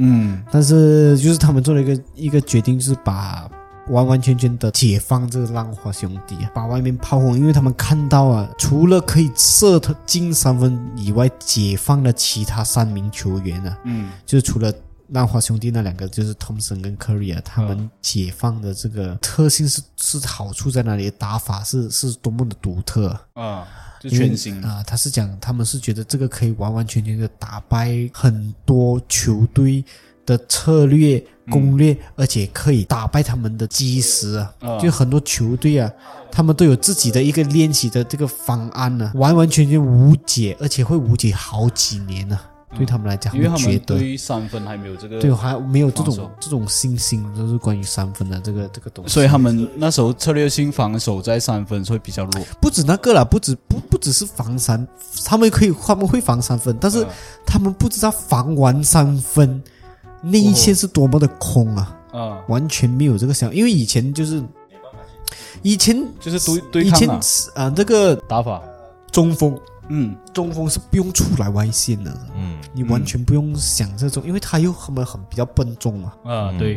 Speaker 2: 嗯，
Speaker 1: 但是就是他们做了一个一个决定，就是把完完全全的解放这个浪花兄弟啊，把外面炮轰，因为他们看到啊，除了可以射他进三分以外，解放了其他三名球员啊，
Speaker 2: 嗯，
Speaker 1: 就是除了。浪花兄弟那两个就是汤森跟科瑞啊，他
Speaker 2: 嗯
Speaker 1: 们解放的这个特性是是好处在哪里？打法是是多么的独特啊！
Speaker 2: 啊，就全新
Speaker 1: 啊、他是讲他们是觉得这个可以完完全全的打败很多球队的策略攻略，而且可以打败他们的基石啊。
Speaker 2: 嗯啊
Speaker 1: 就很多球队啊，他们都有自己的一个练习的这个方案呢、完完全全无解，而且会无解好几年呢、对他们来讲，
Speaker 2: 嗯因为他
Speaker 1: 觉
Speaker 2: 们
Speaker 1: 得。
Speaker 2: 对三分还没有这个
Speaker 1: 对，还没有这
Speaker 2: 防守
Speaker 1: 种这种信心，就是关于三分的这个这个东西。
Speaker 2: 所以他们那时候策略性防守在三分会比较弱。
Speaker 1: 不止那个啦，不止不不只是防三，他们可以他们会防三分，但
Speaker 2: 啊
Speaker 1: 是他们不知道防完三分那一切是多么的空啊，
Speaker 2: 啊，
Speaker 1: 完全没有这个想，因为以前就是以前
Speaker 2: 就是对
Speaker 1: 以
Speaker 2: 对
Speaker 1: 前
Speaker 2: 抗啊
Speaker 1: 是啊那个
Speaker 2: 打法。
Speaker 1: 中锋
Speaker 2: 嗯，
Speaker 1: 中锋是不用出来外线的，
Speaker 3: 嗯，
Speaker 1: 你完全不用想这种，因为他又他们很比较笨重嘛。
Speaker 2: 啊，对，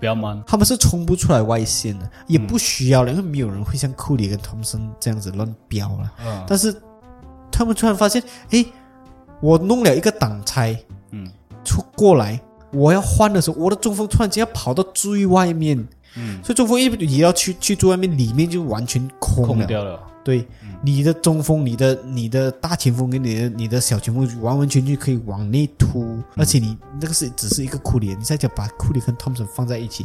Speaker 2: 比较慢。
Speaker 1: 他们是冲不出来外线的，也不
Speaker 2: 嗯
Speaker 1: 需要了，因为没有人会像库里跟汤森这样子乱飙了。
Speaker 2: 嗯
Speaker 1: 但是他们突然发现，诶，我弄了一个挡拆
Speaker 2: 嗯
Speaker 1: 出过来，我要换的时候，我的中锋突然间要跑到最外面，
Speaker 2: 嗯，
Speaker 1: 所以中锋一移到去去最外面，里面就完全空了。
Speaker 2: 空掉了。
Speaker 1: 对，你的中锋、你的你的大前锋跟你的你的小前锋完完全全可以往内突，而且你那个是只是一个库里，你再讲把库里跟汤普森放在一起，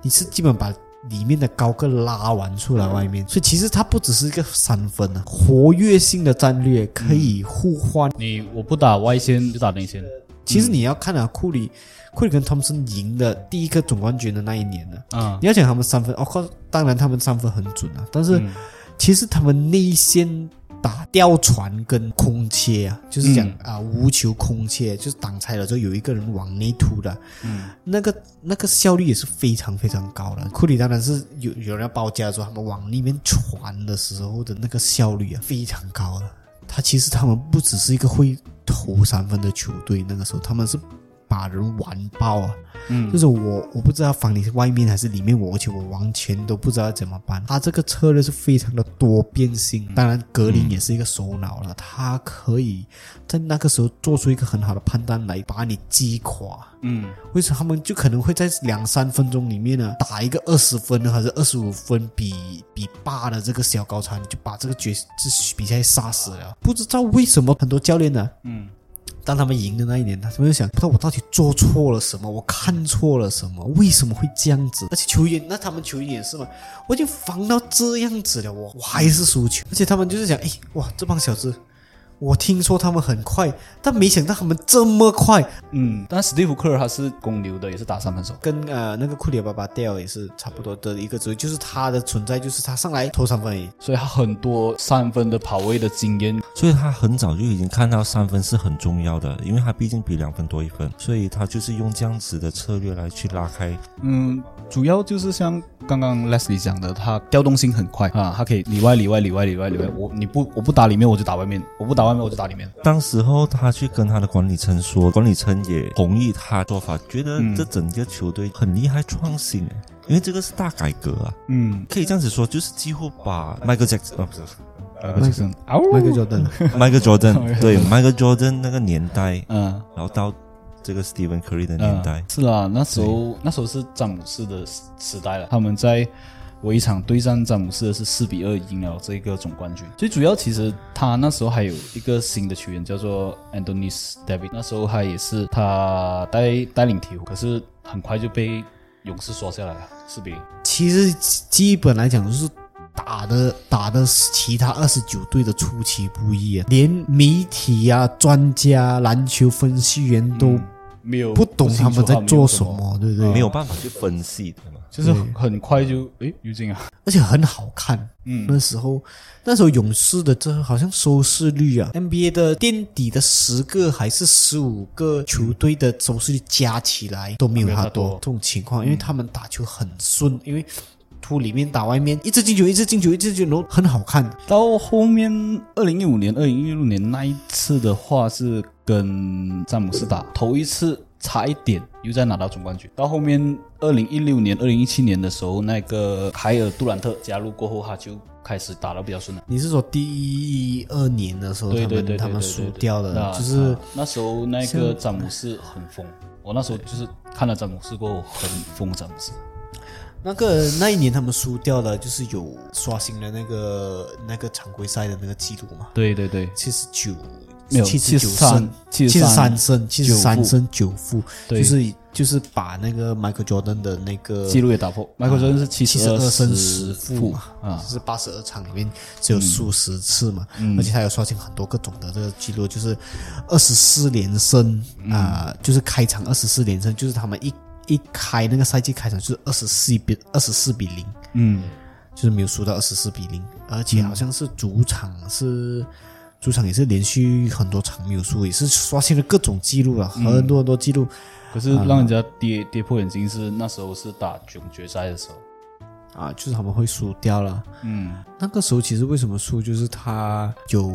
Speaker 1: 你是基本把里面的高个拉完出来外面，所以其实它不只是一个三分啊，活跃性的战略可以互换。
Speaker 2: 你我不打外线就打内线。
Speaker 1: 其实你要看啊，库里库里跟汤普森赢的第一个总冠军的那一年呢、
Speaker 2: 啊，
Speaker 1: 你要讲他们三分，哦，靠，当然他们三分很准啊，但
Speaker 2: 嗯
Speaker 1: 是其实他们内线打吊传跟空切啊，就是讲
Speaker 2: 嗯
Speaker 1: 啊、无球空切，就是挡拆了之后有一个人往内突的，嗯，那个那个效率也是非常非常高的。库里当然是有有人要包夹的时候，他们往里面传的时候的那个效率啊，非常高的。他其实他们不只是一个会投三分的球队，那个时候他们是把人玩爆啊。
Speaker 2: 嗯
Speaker 1: 就是我我不知道防你是外面还是里面我，而且我完全都不知道怎么办。他这个策略是非常的多变性，当然格林也是一个首脑了，他可以在那个时候做出一个很好的判断来把你击垮。
Speaker 2: 嗯
Speaker 1: 为什么他们就可能会在两三分钟里面呢打一个二十分呢还是二十五分比比霸的这个小高潮，你就把这个决这比赛杀死了？不知道为什么很多教练呢、
Speaker 2: 嗯
Speaker 1: 当他们赢的那一年，他们就想，不知道我到底做错了什么，我看错了什么，为什么会这样子？而且球员，那他们球员也是嘛，我已经防到这样子了，我我还是输球。而且他们就是想，哎，哇，这帮小子，我听说他们很快，但没想到他们这么快，
Speaker 2: 嗯，但史蒂夫·科尔他是公牛的，也是打三分手。
Speaker 1: 跟呃那个库里巴巴掉也是差不多的一个职位，就是他的存在就是他上来投三分而已。
Speaker 2: 所以他很多三分的跑位的经验，
Speaker 3: 所以他很早就已经看到三分是很重要的，因为他毕竟比两分多一分，所以他就是用这样子的策略来去拉开。
Speaker 2: 嗯，主要就是像刚刚 Leslie 讲的，他调动性很快啊，他可以里外里外里外里外里外，我你不我不打里面我就打外面，我不打外面我就打里面。
Speaker 3: 当时候他去跟他的管理层说，管理层也同意他做法，觉得
Speaker 1: 嗯
Speaker 3: 这整个球队很厉害创新，因为这个是大改革啊，
Speaker 2: 嗯，
Speaker 3: 可以这样子说，就是几乎把 Michael Jackson 哦不是
Speaker 2: 麦克啊，
Speaker 1: 那个 Jordan，
Speaker 3: Michael Jordan 对 Michael Jordan 那个年代，
Speaker 2: 嗯。
Speaker 3: 然后到这个 Stephen Curry 的年代
Speaker 2: 嗯，是啦，那时候那时候是詹姆斯的时时代了，他们在围场对战詹姆斯的是四比二赢了这个总冠军。最主要其实他那时候还有一个新的球员叫做 Anthony Davis，那时候他也是他带带领鹈鹕，可是很快就被勇士刷下来了，四比零。
Speaker 1: 其实基本来讲就是打的打的其他二十九队的出其不意啊，连媒体啊、专家、篮球分析员都
Speaker 2: 没有
Speaker 1: 不懂他们在做什么，
Speaker 2: 嗯不清楚他们有
Speaker 1: 对不对？
Speaker 3: 没有办法去分析的嘛。
Speaker 2: 就是很很快就诶，尤金啊，
Speaker 1: 而且很好看。嗯，那时候那时候勇士的这好像收视率啊，NBA 的垫底的十个还是十五个球队的收视率加起来都没有他
Speaker 2: 没有他多嗯
Speaker 1: 多。这种情况，因为他们打球很顺，因为突里面打外面，一直进球，一直进球，一直进球，然后很好看。
Speaker 2: 到后面二零一五年、二零一六年那一次的话是跟詹姆斯打，头一次差一点又再拿到总冠军。到后面二零一六年、二零一七年的时候，那个凯尔杜兰特加入过后，他就开始打得比较顺了。
Speaker 1: 你是说第二年的时候，
Speaker 2: 对
Speaker 1: 他
Speaker 2: 对对，
Speaker 1: 们他们
Speaker 2: 对对
Speaker 1: 输
Speaker 2: 对
Speaker 1: 掉
Speaker 2: 那
Speaker 1: 了，就是
Speaker 2: 啊哦那时候那个詹姆斯很疯，哦我那时候就是看了詹姆斯过后很疯詹姆斯。
Speaker 1: 那个那一年他们输掉了，就是有刷新了那个那个常规赛的那个记录嘛。
Speaker 2: 对对对，
Speaker 1: 七十九，
Speaker 2: 没有
Speaker 1: 七十九胜，
Speaker 2: 73
Speaker 1: 十三胜，七十
Speaker 2: 九
Speaker 1: 三
Speaker 2: 负
Speaker 1: 胜九负，
Speaker 2: 对
Speaker 1: 就是就是把那个 Michael Jordan 的那个
Speaker 2: 记录也打破。迈克尔·乔丹是七
Speaker 1: 七十二胜
Speaker 2: 胜
Speaker 1: 十
Speaker 2: 负
Speaker 1: 负嘛，啊就是八十二场里面只有输十次嘛，而且他有刷新很多个总的这个记录，就是二十四连胜啊、就是开场二十四连胜，就是他们一一开那个赛季开场就是二十四比二十四比零，
Speaker 2: 嗯，
Speaker 1: 就是没有输到二十四比零，而且好像是主场是。主场也是连续很多场没有输，也是刷新了各种记录啊，很多很多记录。
Speaker 2: 可是让人家跌跌破眼镜是那时候是打总决赛的时候，
Speaker 1: 啊，就是他们会输掉了。
Speaker 2: 嗯，
Speaker 1: 那个时候其实为什么输，就是他有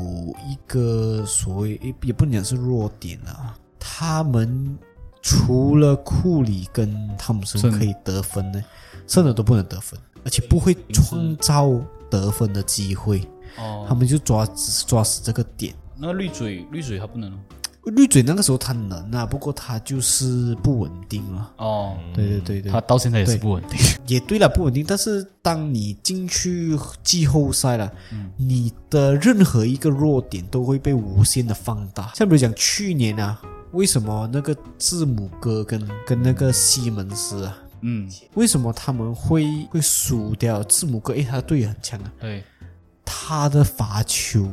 Speaker 1: 一个所谓也也不能讲是弱点啊，他们除了库里跟汤姆森
Speaker 2: 剩
Speaker 1: 可以得分呢，剩的都不能得分，而且不会创造得分的机会，
Speaker 2: 哦，
Speaker 1: 他们就抓抓死这个点。
Speaker 2: 那个绿嘴绿嘴他不能
Speaker 1: 绿嘴那个时候他能啊，不过他就是不稳定了。
Speaker 2: 哦，
Speaker 1: 对对对对，
Speaker 2: 他到现在也是不稳定，
Speaker 1: 也对了，不稳定。但是当你进去季后赛了，你的任何一个弱点都会被无限的放大。像比如讲去年啊，为什么那个字母哥跟跟那个西蒙斯啊，
Speaker 2: 嗯，
Speaker 1: 为什么他们会会输掉？字母哥，诶，他的队也很强啊，
Speaker 2: 对，
Speaker 1: 他的罚球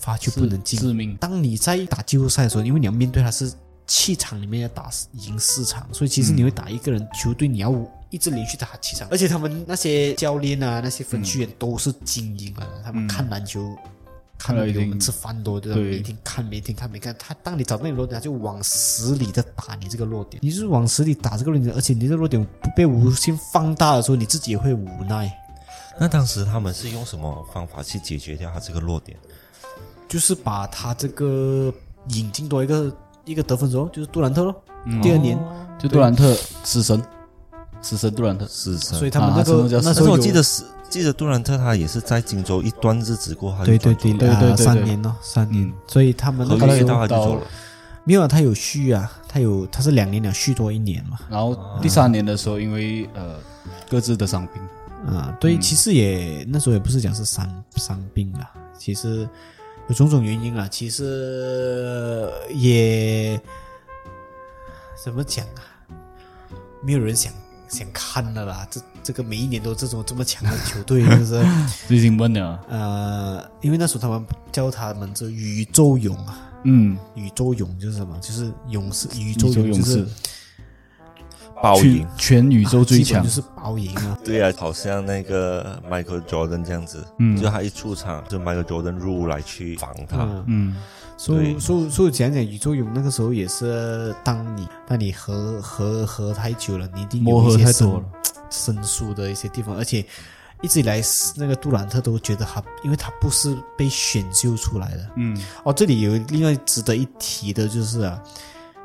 Speaker 1: 罚球不能进，
Speaker 2: 致命，
Speaker 1: 当你在打季后赛的时候，因为你要面对他是七场里面要打赢四场，所以其实你会打一个人球队，你要一直连续打七场，而且他们那些教练啊、那些分析员都是精英啊，他们看篮球。看的比我们吃饭多，对吧？
Speaker 2: 对
Speaker 1: 每天看，每天看，每天看。他当你找到你的弱点，他就往死里的打你这个弱点。你就是往死里打这个弱点，而且你这个弱点被无限放大的时候，你自己也会无奈。
Speaker 3: 那当时他们是用什么方法去解决掉他这个弱点？
Speaker 1: 就是把他这个引进多一个一个得分手，就是杜兰特咯。
Speaker 2: 哦
Speaker 1: 第二年，
Speaker 2: 就杜兰特死神，死神杜兰特，
Speaker 3: 是神
Speaker 1: 所以他们
Speaker 2: 啊
Speaker 1: 那
Speaker 2: 他真的
Speaker 1: 个、
Speaker 2: 叫
Speaker 1: 那
Speaker 3: 但
Speaker 1: 时
Speaker 3: 是
Speaker 1: 候
Speaker 3: 我
Speaker 1: 有
Speaker 3: 记得是记得杜兰特他也是在荆州一段日子过后，他就
Speaker 1: 对对
Speaker 3: 转走
Speaker 1: 对
Speaker 2: 对
Speaker 1: 啊
Speaker 2: 对对嗯对
Speaker 1: 三年咯，三年，所以他们那
Speaker 3: 合
Speaker 1: 个时
Speaker 3: 约一
Speaker 1: 候
Speaker 3: 到他就走了。
Speaker 1: 没有啊，他有续啊，他有他是两年了，续多一年嘛。
Speaker 2: 然后第三年的时候因为呃各自的伤病，
Speaker 1: 啊，
Speaker 2: 嗯
Speaker 1: 对，其实也那时候也不是讲是伤伤病啊，其实有种种原因啊，其实也怎么讲啊，没有人想想看了啦。这这个每一年都这种这么强的球队，真 是
Speaker 2: 最啊兴奋了。
Speaker 1: 呃，因为那时候他们叫他们这宇宙勇啊，
Speaker 2: 嗯，
Speaker 1: 宇宙勇就是什么？就是勇士，宇宙
Speaker 2: 宇宙
Speaker 1: 勇
Speaker 2: 勇
Speaker 1: 就是
Speaker 2: 士
Speaker 3: 暴
Speaker 2: 全
Speaker 3: 赢。
Speaker 2: 全宇宙最强
Speaker 1: 基本就，是包赢啊。
Speaker 3: 对啊，好像那个 Michael Jordan 这样子，
Speaker 2: 嗯
Speaker 3: 就他一出场，就 Michael Jordan 入来去防他，
Speaker 1: 嗯，
Speaker 2: 嗯
Speaker 1: 所以
Speaker 3: 对
Speaker 1: 所以所以讲讲宇宙勇那个时候也是，当你那你合合合太久了，你一定有
Speaker 2: 磨合
Speaker 1: 一些
Speaker 2: 太
Speaker 1: 生
Speaker 2: 多了，
Speaker 1: 生疏的一些地方，而且一直以来那个杜兰特都觉得他，因为他不是被选秀出来的。
Speaker 2: 嗯
Speaker 1: 哦，这里有另外值得一提的就是啊，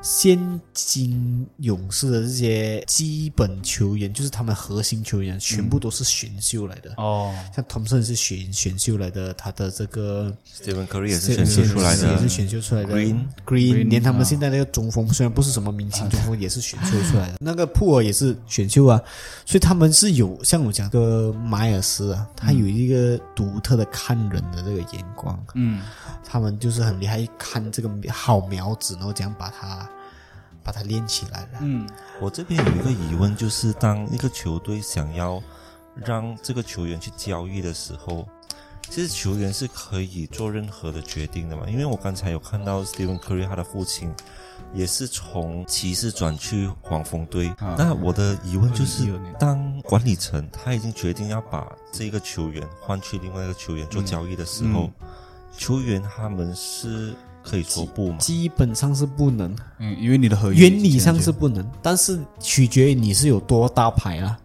Speaker 1: 现今勇士的这些基本球员，就是他们核心球员，全部都是选秀来的。
Speaker 2: 嗯哦，
Speaker 1: 像汤森是选选秀来的，他的这个
Speaker 3: Stephen Curry 也是选秀出来
Speaker 1: 也
Speaker 3: 的
Speaker 1: 是，选秀出来的。
Speaker 3: Green
Speaker 1: Green，
Speaker 2: Green，
Speaker 1: 连他们
Speaker 2: 啊
Speaker 1: 现在那个中锋虽然不是什么明星中锋，也是选秀出来的。那个库尔也是选秀啊，所以他们是有像我讲这个迈尔斯啊，他有一个独特的看人的这个眼光，
Speaker 2: 嗯
Speaker 1: 他们就是很厉害，一看这个好苗子，然后怎样把它把它练起来了。
Speaker 2: 嗯
Speaker 3: 我这边有一个疑问，就是当一个球队想要让这个球员去交易的时候，其实球员是可以做任何的决定的嘛？因为我刚才有看到 Stephen Curry 他的父亲也是从骑士转去黄蜂队，
Speaker 2: 啊
Speaker 3: 那我的疑问就
Speaker 2: 二零一
Speaker 3: 是
Speaker 2: 六年，
Speaker 3: 当管理层他已经决定要把这个球员换去另外一个球员做交易的时候，球员他们是可以说不嘛？
Speaker 1: 基本上是不能，
Speaker 2: 嗯，因为你的合约
Speaker 1: 原理上是不能，但是取决于你是有多大牌啊。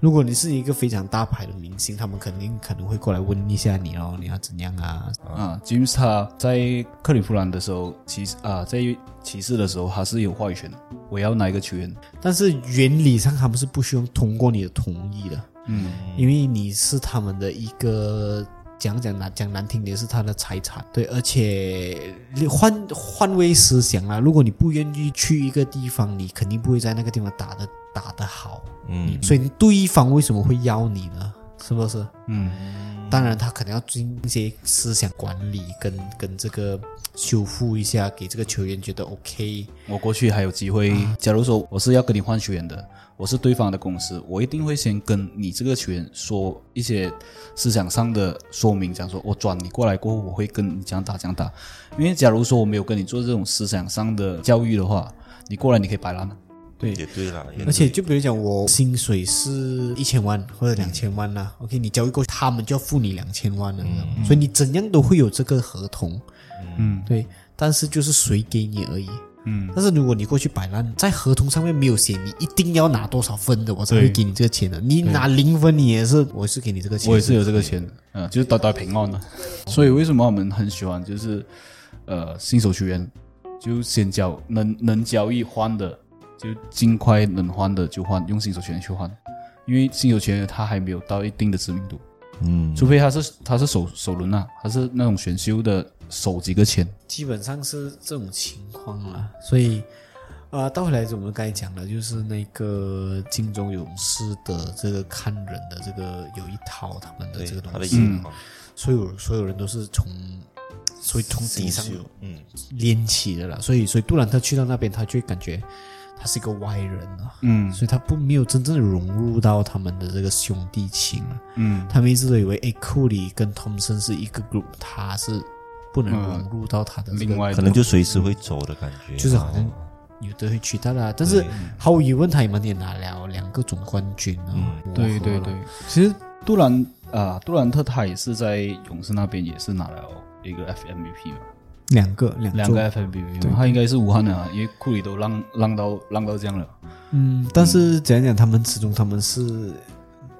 Speaker 1: 如果你是一个非常大牌的明星，他们肯定可能会过来问一下你哦，你要怎样啊？
Speaker 2: 啊，James 他在克利夫兰的时候，骑士啊在骑士的时候，他是有话语权的，我要哪一个球员，
Speaker 1: 但是原理上他们是不需要通过你的同意的，
Speaker 2: 嗯
Speaker 1: 因为你是他们的一个讲讲难讲难听点是他的财产，对，而且你换换位思想啊，如果你不愿意去一个地方，你肯定不会在那个地方打的打得好，
Speaker 3: 嗯，
Speaker 1: 所以对方为什么会要你呢？是不是？
Speaker 2: 嗯
Speaker 1: 当然，他可能要进一些思想管理跟跟这个修复一下，给这个球员觉得 OK。
Speaker 2: 我过去还有机会。假如说我是要跟你换球员的，我是对方的公司，我一定会先跟你这个球员说一些思想上的说明，讲说我哦转你过来过后，我会跟你讲打讲打。因为假如说我没有跟你做这种思想上的教育的话，你过来你可以摆烂了。啊
Speaker 1: 对
Speaker 3: 也对啦，也
Speaker 1: 而且就比如讲，我薪水是一千万或者两千万啦、o k 你交易过去，他们就要付你两千万了、所以你怎样都会有这个合同，
Speaker 2: 嗯
Speaker 1: 对。但是就是谁给你而已。
Speaker 2: 嗯
Speaker 1: 但是如果你过去摆烂，在合同上面没有写你一定要拿多少分的，我才会
Speaker 2: 对
Speaker 1: 给你这个钱的。你拿零分，你也是，我也是给你这个钱。
Speaker 2: 我也是有这个钱的，嗯，就是打打平安的。所以为什么我们很喜欢就是呃新手球员就先交能能交易换的，就尽快能换的就换，用新手球员去换，因为新手球员他还没有到一定的知名度，
Speaker 3: 嗯，
Speaker 2: 除非他是他是首首轮啊，他是那种选秀的首几个签，
Speaker 1: 基本上是这种情况了。所以，呃，倒回来我们刚才讲的，就是那个金州勇士的这个看人的这个有一套他们的
Speaker 3: 对
Speaker 1: 这个
Speaker 3: 他
Speaker 1: 东
Speaker 3: 的
Speaker 1: 西，
Speaker 3: 眼光，
Speaker 1: 所有所有人都是从。所以从底上
Speaker 3: 嗯，
Speaker 1: 连起的啦，所以所以杜兰特去到那边，他就会感觉他是一个外人啊，
Speaker 2: 嗯
Speaker 1: 所以他不没有真正的融入到他们的这个兄弟情啊。
Speaker 2: 嗯
Speaker 1: 他们一直都以为哎库里跟汤森是一个 group，他是不能
Speaker 2: 嗯
Speaker 1: 融入到他的这个
Speaker 2: 另外
Speaker 3: 可能就随时会走的感觉，啊
Speaker 1: 就是好像有的会取代啦。但是毫无疑问，他们也拿了两个总冠军啊。磨合
Speaker 2: 嗯对对
Speaker 1: 了
Speaker 2: 对，，其实杜兰啊杜兰特他也是在勇士那边也是拿了一个 FMVP 嘛。
Speaker 1: 两个两
Speaker 2: 两
Speaker 1: 座
Speaker 2: 个 FMVP，他应该是武汉的啊，因为库里都浪浪到浪到这样了。
Speaker 1: 嗯，但是讲讲他们始终他们是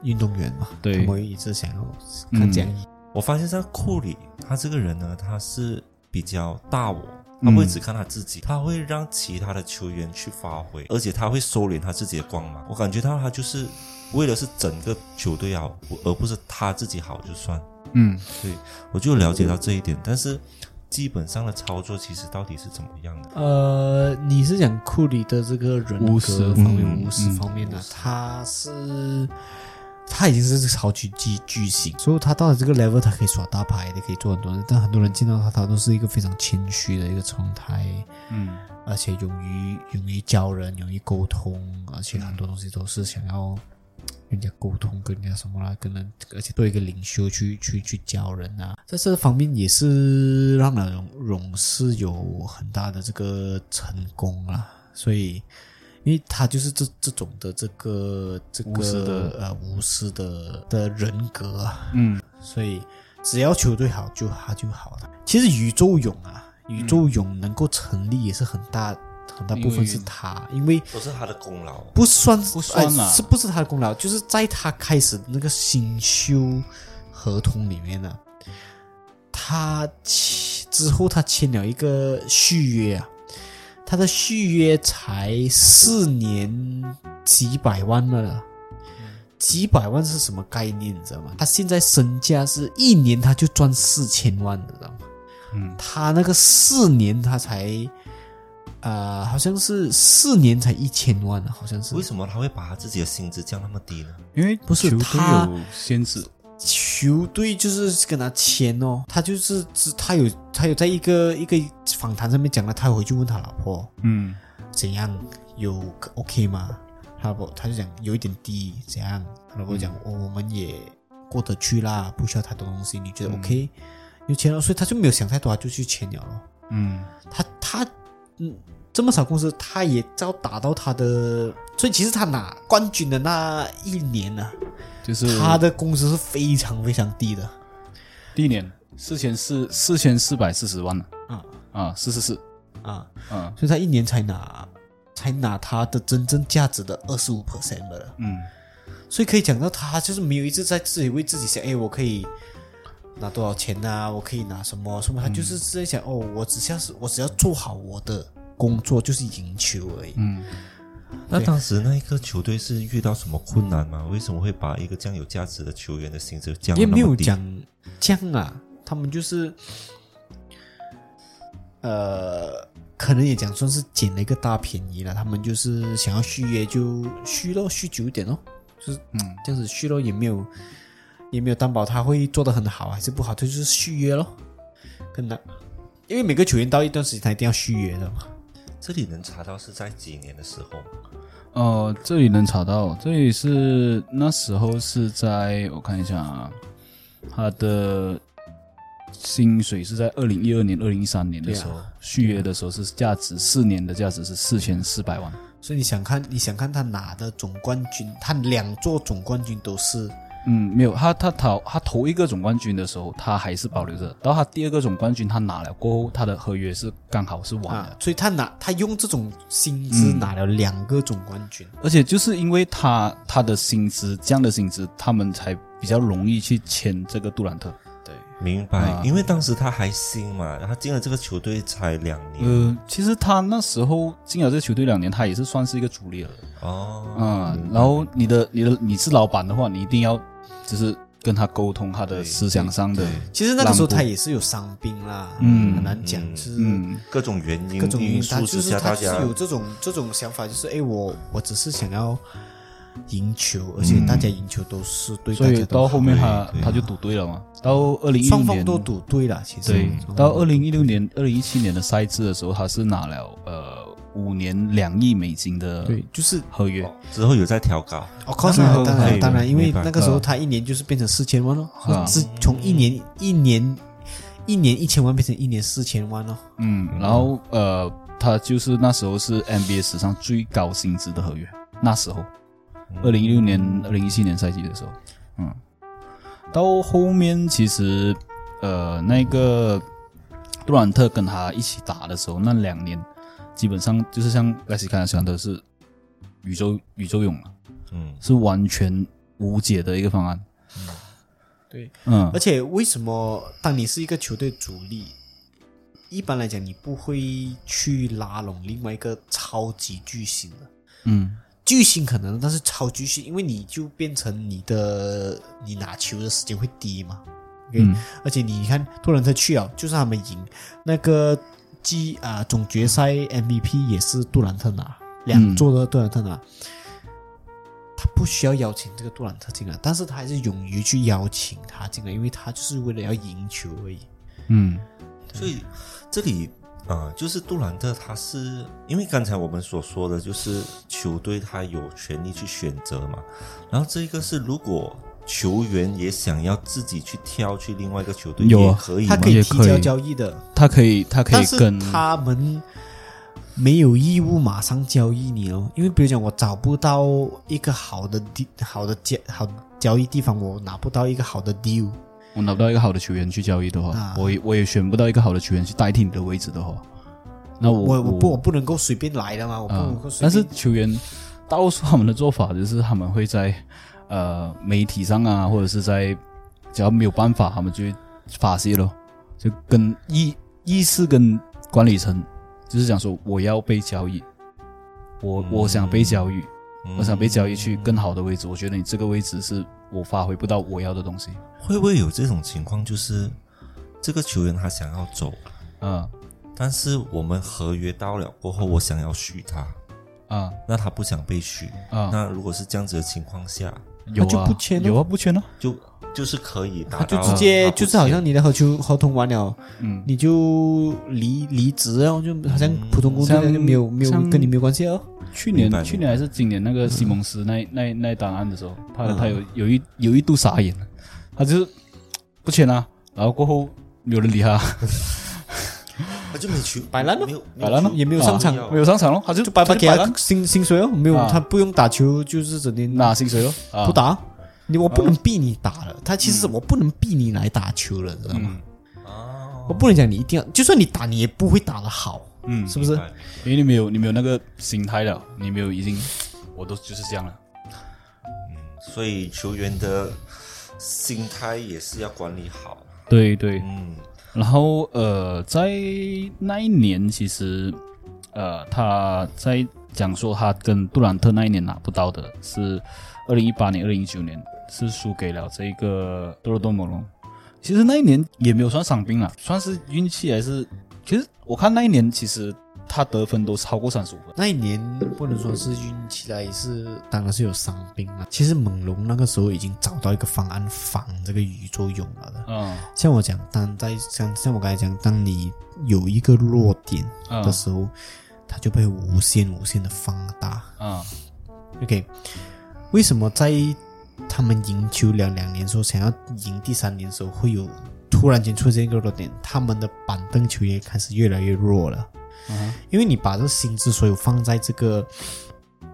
Speaker 1: 运动员嘛，
Speaker 2: 对嗯
Speaker 1: 他们一直想要看讲义。
Speaker 3: 我发现像库里，他这个人呢，他是比较大我。他不会只看他自己，他会让其他的球员去发挥，而且他会收敛他自己的光芒。我感觉到他就是为了是整个球队好，而不是他自己好就算。
Speaker 2: 嗯
Speaker 3: 对，我就了解到这一点，但是基本上的操作其实到底是怎么样的？
Speaker 1: 呃，你是讲库里的这个人
Speaker 2: 巫
Speaker 1: 格
Speaker 2: 师
Speaker 1: 方面、
Speaker 2: 嗯
Speaker 1: 巫师
Speaker 2: 嗯
Speaker 1: 方面的、他是他已经是超级巨巨星，嗯所以他到了这个 level，他可以耍大牌，也可以做很多人。但很多人见到他，他都是一个非常谦虚的一个状态，
Speaker 2: 嗯，
Speaker 1: 而且勇于勇于教人，勇于沟通，而且很多东西都是想要跟人家沟通，跟人家什么啦，跟人，而且做一个领袖去去去教人啊，在这方面也是让人勇士有很大的这个成功啦，所以。因为他就是这这种的这个这个
Speaker 2: 无私的
Speaker 1: 呃无私的的人格啊，
Speaker 2: 嗯，
Speaker 1: 所以只要球队好就他就好了。其实宇宙勇啊，宇宙勇能够成立也是很大很大部分是他，因为
Speaker 3: 都是他的功劳。
Speaker 1: 不算
Speaker 2: 不算
Speaker 1: 哎
Speaker 2: 啦
Speaker 1: 是不是他的功劳？就是在他开始那个新修合同里面呢、他签之后他签了一个续约啊，他的续约才四年几百万了啦。几百万是什么概念，你知道吗？他现在身价是一年他就赚四千万，你知道吗？
Speaker 2: 嗯，
Speaker 1: 他那个四年他才，呃，好像是四年才一千万，好像是
Speaker 3: 为什么他会把他自己的薪资降那么低呢？
Speaker 2: 因为不
Speaker 1: 是
Speaker 2: 球队
Speaker 1: 他
Speaker 2: 有限制，
Speaker 1: 球队就是跟他签哦，他就是只他有他有在一个一个访谈上面讲了，他回去问他老婆
Speaker 2: 嗯
Speaker 1: 怎样有 OK 吗？他老婆他就讲有一点低，怎样？他老婆讲、哦我们也过得去啦，不需要太多东西，你觉得 OK？、有钱了，所以他就没有想太多，他就去签了咯。
Speaker 2: 嗯
Speaker 1: 他他嗯，这么少公司，他也要达到他的，所以其实他拿冠军的那一年呢、
Speaker 2: 就是
Speaker 1: 他的工资是非常非常低的。
Speaker 2: 第一年四千四四千四百四十万了
Speaker 1: 啊
Speaker 2: 啊，是是是，
Speaker 1: 啊，
Speaker 2: 嗯
Speaker 1: 所以他一年才拿才拿他的真正价值的二十五 percent 了，
Speaker 2: 嗯，
Speaker 1: 所以可以讲到他就是没有一直在自己为自己想，哎，我可以拿多少钱呐、我可以拿什么什么，他就是在想，哦，我只要是我只要做好我的工作，就是赢球而已。嗯，
Speaker 3: 那当时那一个球队是遇到什么困难吗？为什么会把一个这样有价值的球员的薪资降
Speaker 1: 也
Speaker 3: 得
Speaker 1: 没
Speaker 3: 那
Speaker 1: 有
Speaker 3: 么低？
Speaker 1: 讲这样啊，他们就是呃，可能也讲算是捡了一个大便宜了，他们就是想要续约就续咯，续久一点咯，就是
Speaker 2: 嗯
Speaker 1: 这样子续咯，也没有也没有担保他会做得很好还是不好，他就是续约咯，跟他，因为每个球员到一段时间他一定要续约的嘛，
Speaker 3: 这里能查到是在几年的时候？
Speaker 2: 哦，这里能查到，这里是那时候是在我看一下啊，他的薪水是在二零一二年、二零一三年的时候、
Speaker 1: 对啊
Speaker 2: 续约的时候是价值四年的价值是四千四百万，
Speaker 1: 所以你想看你想看他拿的总冠军，他两座总冠军都是
Speaker 2: 嗯，没有他他讨他头一个总冠军的时候他还是保留着，到他第二个总冠军他拿了过后，他的合约是刚好是完了。
Speaker 1: 啊，所以他拿他用这种薪资拿了两个总冠军，
Speaker 2: 而且就是因为他他的薪资这样的薪资，他们才比较容易去签这个杜兰特。
Speaker 1: 对，
Speaker 3: 明
Speaker 1: 啊
Speaker 3: 白，因为当时他还新嘛，他进了这个球队才两年
Speaker 1: 嗯
Speaker 2: 呃，其实他那时候进了这个球队两年，他也是算是一个主力了。
Speaker 1: 啊
Speaker 3: 哦，
Speaker 2: 嗯，然后你的你的你是老板的话，你一定要就是跟他沟通他的思想上的，
Speaker 1: 其实那个时候他也是有伤病啦，嗯，很难讲，就是
Speaker 2: 嗯
Speaker 3: 各种原因
Speaker 1: 各种原
Speaker 3: 因
Speaker 1: 因，他
Speaker 3: 素
Speaker 1: 就
Speaker 3: 之
Speaker 1: 是
Speaker 3: 下，
Speaker 1: 他
Speaker 3: 大
Speaker 1: 就是
Speaker 3: 家
Speaker 1: 有这种这种想法，就是哎，我我只是想要赢球，而且大家赢球都是对大
Speaker 2: 所以
Speaker 1: 家都
Speaker 2: 到
Speaker 1: 好
Speaker 2: 后面他
Speaker 3: 对对
Speaker 2: 他就赌对了嘛。到二零一六
Speaker 1: 双方
Speaker 2: 年，
Speaker 1: 都赌对了，其实哦
Speaker 2: 对
Speaker 1: 双方，
Speaker 2: 到二零一六年、二零一七年的赛制的时候，他是拿了呃五年两亿美金的
Speaker 1: 对就是
Speaker 2: 合约。
Speaker 3: 之后有在调稿，
Speaker 1: 哦 c o s 当
Speaker 3: 可
Speaker 1: 然
Speaker 3: 以
Speaker 1: 当然，因为
Speaker 3: 明白
Speaker 1: 那个时候他一年就是变成四千万咯，
Speaker 2: 啊
Speaker 1: 是从一年一年一年一千万变成一年四千万咯，
Speaker 2: 嗯，然后呃，他就是那时候是 NBA 史上最高薪资的合约，那时候，二零一六年、二零一七年赛季的时候，嗯，到后面其实呃，那个杜兰特跟他一起打的时候，那两年基本上就是像莱斯刚才讲的是宇宙宇宙勇了，
Speaker 3: 嗯，
Speaker 2: 是完全无解的一个方案，
Speaker 1: 对，
Speaker 2: 嗯
Speaker 1: 而且为什么当你是一个球队主力，一般来讲你不会去拉拢另外一个超级巨星的？
Speaker 2: 嗯
Speaker 1: 巨星可能，但是超巨星，因为你就变成你的你拿球的时间会低嘛。OK，、
Speaker 2: 嗯
Speaker 1: 而且你看杜兰特去了，就算他们赢，那个季啊、总决赛 MVP 也是杜兰特拿，两座的杜兰特拿。他不需要邀请这个杜兰特进来，但是他还是勇于去邀请他进来，因为他就是为了要赢球而已。
Speaker 2: 嗯
Speaker 3: 所以这里啊、呃就是杜兰特，他是因为刚才我们所说的就是球队他有权利去选择嘛，然后这个是如果球员也想要自己去挑去另外一个球队，
Speaker 2: 有啊
Speaker 3: 也可以
Speaker 1: 他
Speaker 3: 吗？
Speaker 1: 可以提
Speaker 2: 也
Speaker 1: 交
Speaker 2: 可以
Speaker 1: 交易的，
Speaker 2: 他可以，他可
Speaker 1: 但
Speaker 2: 以
Speaker 1: 是
Speaker 2: 跟
Speaker 1: 他们没有义务马上交易你哦，因为比如讲我找不到一个好的地、好的交、好的交易地方，我拿不到一个好的 deal，
Speaker 2: 我拿不到一个好的球员去交易的话，
Speaker 1: 啊
Speaker 2: 我也我也选不到一个好的球员去代替你的位置的话，那我
Speaker 1: 我我不我
Speaker 2: 我
Speaker 1: 不能够随便来的嘛，我不
Speaker 2: 啊
Speaker 1: 能够，随
Speaker 2: 但是
Speaker 1: 便。
Speaker 2: 球员大多数他们的做法就是他们会在呃媒体上啊，或者是在只要没有办法，他们就会发泄咯，就跟意意识跟管理层就是讲说我要被交易，我我想被交易，
Speaker 3: 嗯
Speaker 2: 我想被交易去更好的位置，我觉得你这个位置是我发挥不到我要的东西，
Speaker 3: 会不会有这种情况，就是这个球员他想要走，
Speaker 2: 啊
Speaker 3: 但是我们合约到了过后，我想要续他，
Speaker 2: 啊
Speaker 3: 那他不想被续，
Speaker 2: 啊，
Speaker 3: 那如果是这样子的情况下，
Speaker 2: 有
Speaker 1: 就
Speaker 2: 啊
Speaker 1: 不签咯
Speaker 2: 有啊不签咯，
Speaker 3: 就就是可以达
Speaker 1: 他就
Speaker 3: 到
Speaker 1: 直接
Speaker 3: 啊他不
Speaker 1: 就是好
Speaker 3: 签
Speaker 1: 像你的合球合同完了，
Speaker 2: 嗯，
Speaker 1: 你就离离职哦，就好像普通工作一样，
Speaker 2: 像
Speaker 1: 就没有没有
Speaker 2: 像
Speaker 1: 跟你没有关系哦。
Speaker 2: 去
Speaker 3: 明白
Speaker 2: 年去年还是今年那个西蒙斯那那那一档案的时候，他他有有一有一度傻眼了，他就是不签啊，然后过后没有人理他，
Speaker 3: 他啊就没去
Speaker 1: 摆烂咯
Speaker 3: 没有
Speaker 2: 摆烂咯
Speaker 1: 也没有上场
Speaker 3: 啊
Speaker 2: 没有上场咯，他就
Speaker 1: 就白白给
Speaker 2: 摆
Speaker 1: 他
Speaker 2: 烂
Speaker 1: 薪薪水哦，没有
Speaker 2: 啊
Speaker 1: 他不用打球，就是整天
Speaker 2: 拿薪水咯，啊
Speaker 1: 不，打。你我不能逼你打了，他其实我不能逼你来打球了，知道吗？
Speaker 2: 嗯
Speaker 1: 我不能讲你一定要，就算你打，你也不会打得好，
Speaker 2: 嗯，
Speaker 1: 是不是？
Speaker 2: 因为你没有你没有那个心态了，你没有已经，我都就是这样了，
Speaker 3: 所以球员的心态也是要管理好。
Speaker 2: 对对，
Speaker 3: 嗯，
Speaker 2: 然后呃，在那一年，其实呃，他在讲说他跟杜兰特那一年拿不到的是二零一八年、二零一九年是输给了这个多罗多猛龙。其实那一年也没有算伤病啦，算是运气还是？其实我看那一年，其实他得分都超过三十五分。
Speaker 1: 那一年不能说是运气啦，也是当然是有伤病啦。其实猛龙那个时候已经找到一个方案防这个宇宙勇了的。
Speaker 2: 嗯
Speaker 1: 像我讲，当在像像我刚才讲，当你有一个弱点的
Speaker 2: 嗯
Speaker 1: 时候，它就被无限无限的放大。
Speaker 2: 嗯
Speaker 1: OK，为什么在他们赢球两两年的时候，想要赢第三年的时候，会有突然间出现一个弱点？他们的板凳球员开始越来越弱了。
Speaker 2: 嗯
Speaker 1: 因为你把这个薪资所有放在这个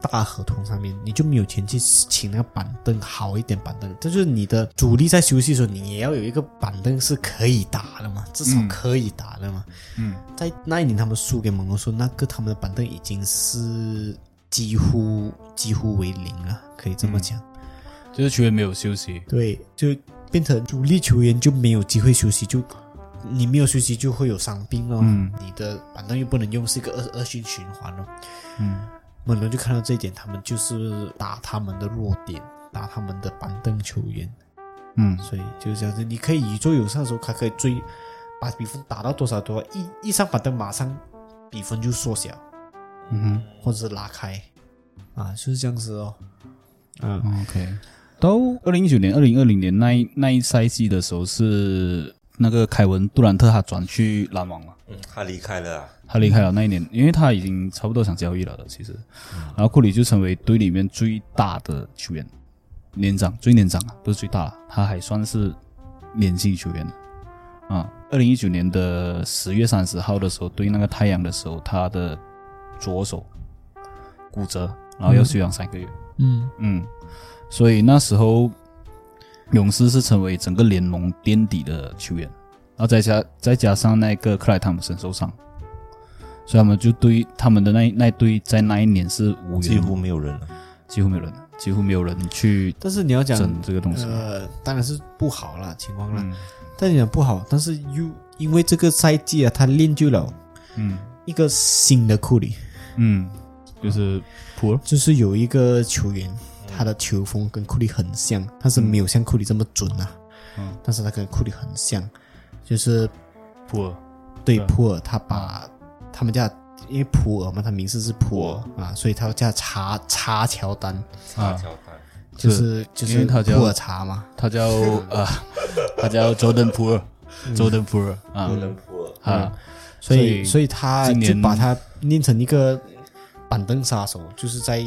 Speaker 1: 大合同上面，你就没有钱去请那个板凳好一点板凳。这就是你的主力在休息的时候，你也要有一个板凳是可以打的嘛，至少
Speaker 2: 嗯
Speaker 1: 可以打的嘛。
Speaker 2: 嗯，
Speaker 1: 在那一年他们输给猛龙的时候，那个他们的板凳已经是几乎几乎为零了，可以这么讲。
Speaker 2: 就是球员没有休息。
Speaker 1: 对，就变成主力球员就没有机会休息，就你没有休息就会有伤病哦。
Speaker 2: 嗯
Speaker 1: 你的板凳又不能用，是一个恶恶性循环哦。
Speaker 2: 嗯
Speaker 1: 猛龙就看到这一点，他们就是打他们的弱点，打他们的板凳球员，
Speaker 2: 嗯
Speaker 1: 所以就是这样子。你可以宇宙有上的时候，他可以追，把比分打到多少多少，一一上板凳马上比分就缩小
Speaker 2: 嗯
Speaker 1: 或者是拉开，啊，就是这样子哦。嗯，
Speaker 2: 哼，OK。到二零一九年、二零二零年那一那一赛季的时候，是那个凯文杜兰特他转去篮网了。
Speaker 3: 嗯，他离开了啊、
Speaker 2: 他离开了那一年，因为他已经差不多想交易了的，其实，然后库里就成为队里面最大的球员，年长最年长啊，不是最大了，他还算是年轻球员啊。二零一九年的十月三十号的时候，对那个太阳的时候，他的左手骨折，然后要休养三个月。
Speaker 1: 嗯
Speaker 2: 嗯，所以那时候勇士是成为整个联盟垫底的球员，然后再加再加上那个克莱汤普森受伤，所以他们就对他们的那一那一队在那一年是无缘，
Speaker 3: 几乎没有人了。
Speaker 2: 几乎没有人，几乎没有人去
Speaker 1: 但是你要讲，
Speaker 2: 整这个东西。
Speaker 1: 呃，当然是不好啦，情况啦。
Speaker 2: 嗯
Speaker 1: 但你讲不好，但是又因为这个赛季啊，他练就了
Speaker 2: 嗯
Speaker 1: 一个新的库里，
Speaker 2: 嗯，就是普尔，
Speaker 1: 就是有一个球员，他的球风跟库里很像，但是没有像库里这么准啊。
Speaker 2: 嗯，
Speaker 1: 但是他跟库里很像，就是
Speaker 2: 普尔，
Speaker 1: 对
Speaker 2: 对啊
Speaker 1: 普尔，他把他们家因为普尔嘛，他名字是普尔啊，所以他叫查查乔丹。
Speaker 3: 查乔丹，
Speaker 1: 就是就
Speaker 2: 因为
Speaker 1: 是
Speaker 2: 他叫
Speaker 1: 普洱茶嘛，
Speaker 2: 他叫 呃，他叫 Jordan p o o l Jordan p o o l 啊啊，
Speaker 1: 所以
Speaker 2: 所
Speaker 1: 所以他
Speaker 2: 今
Speaker 1: 就
Speaker 2: 年
Speaker 1: 把它念成一个板凳杀手，就是在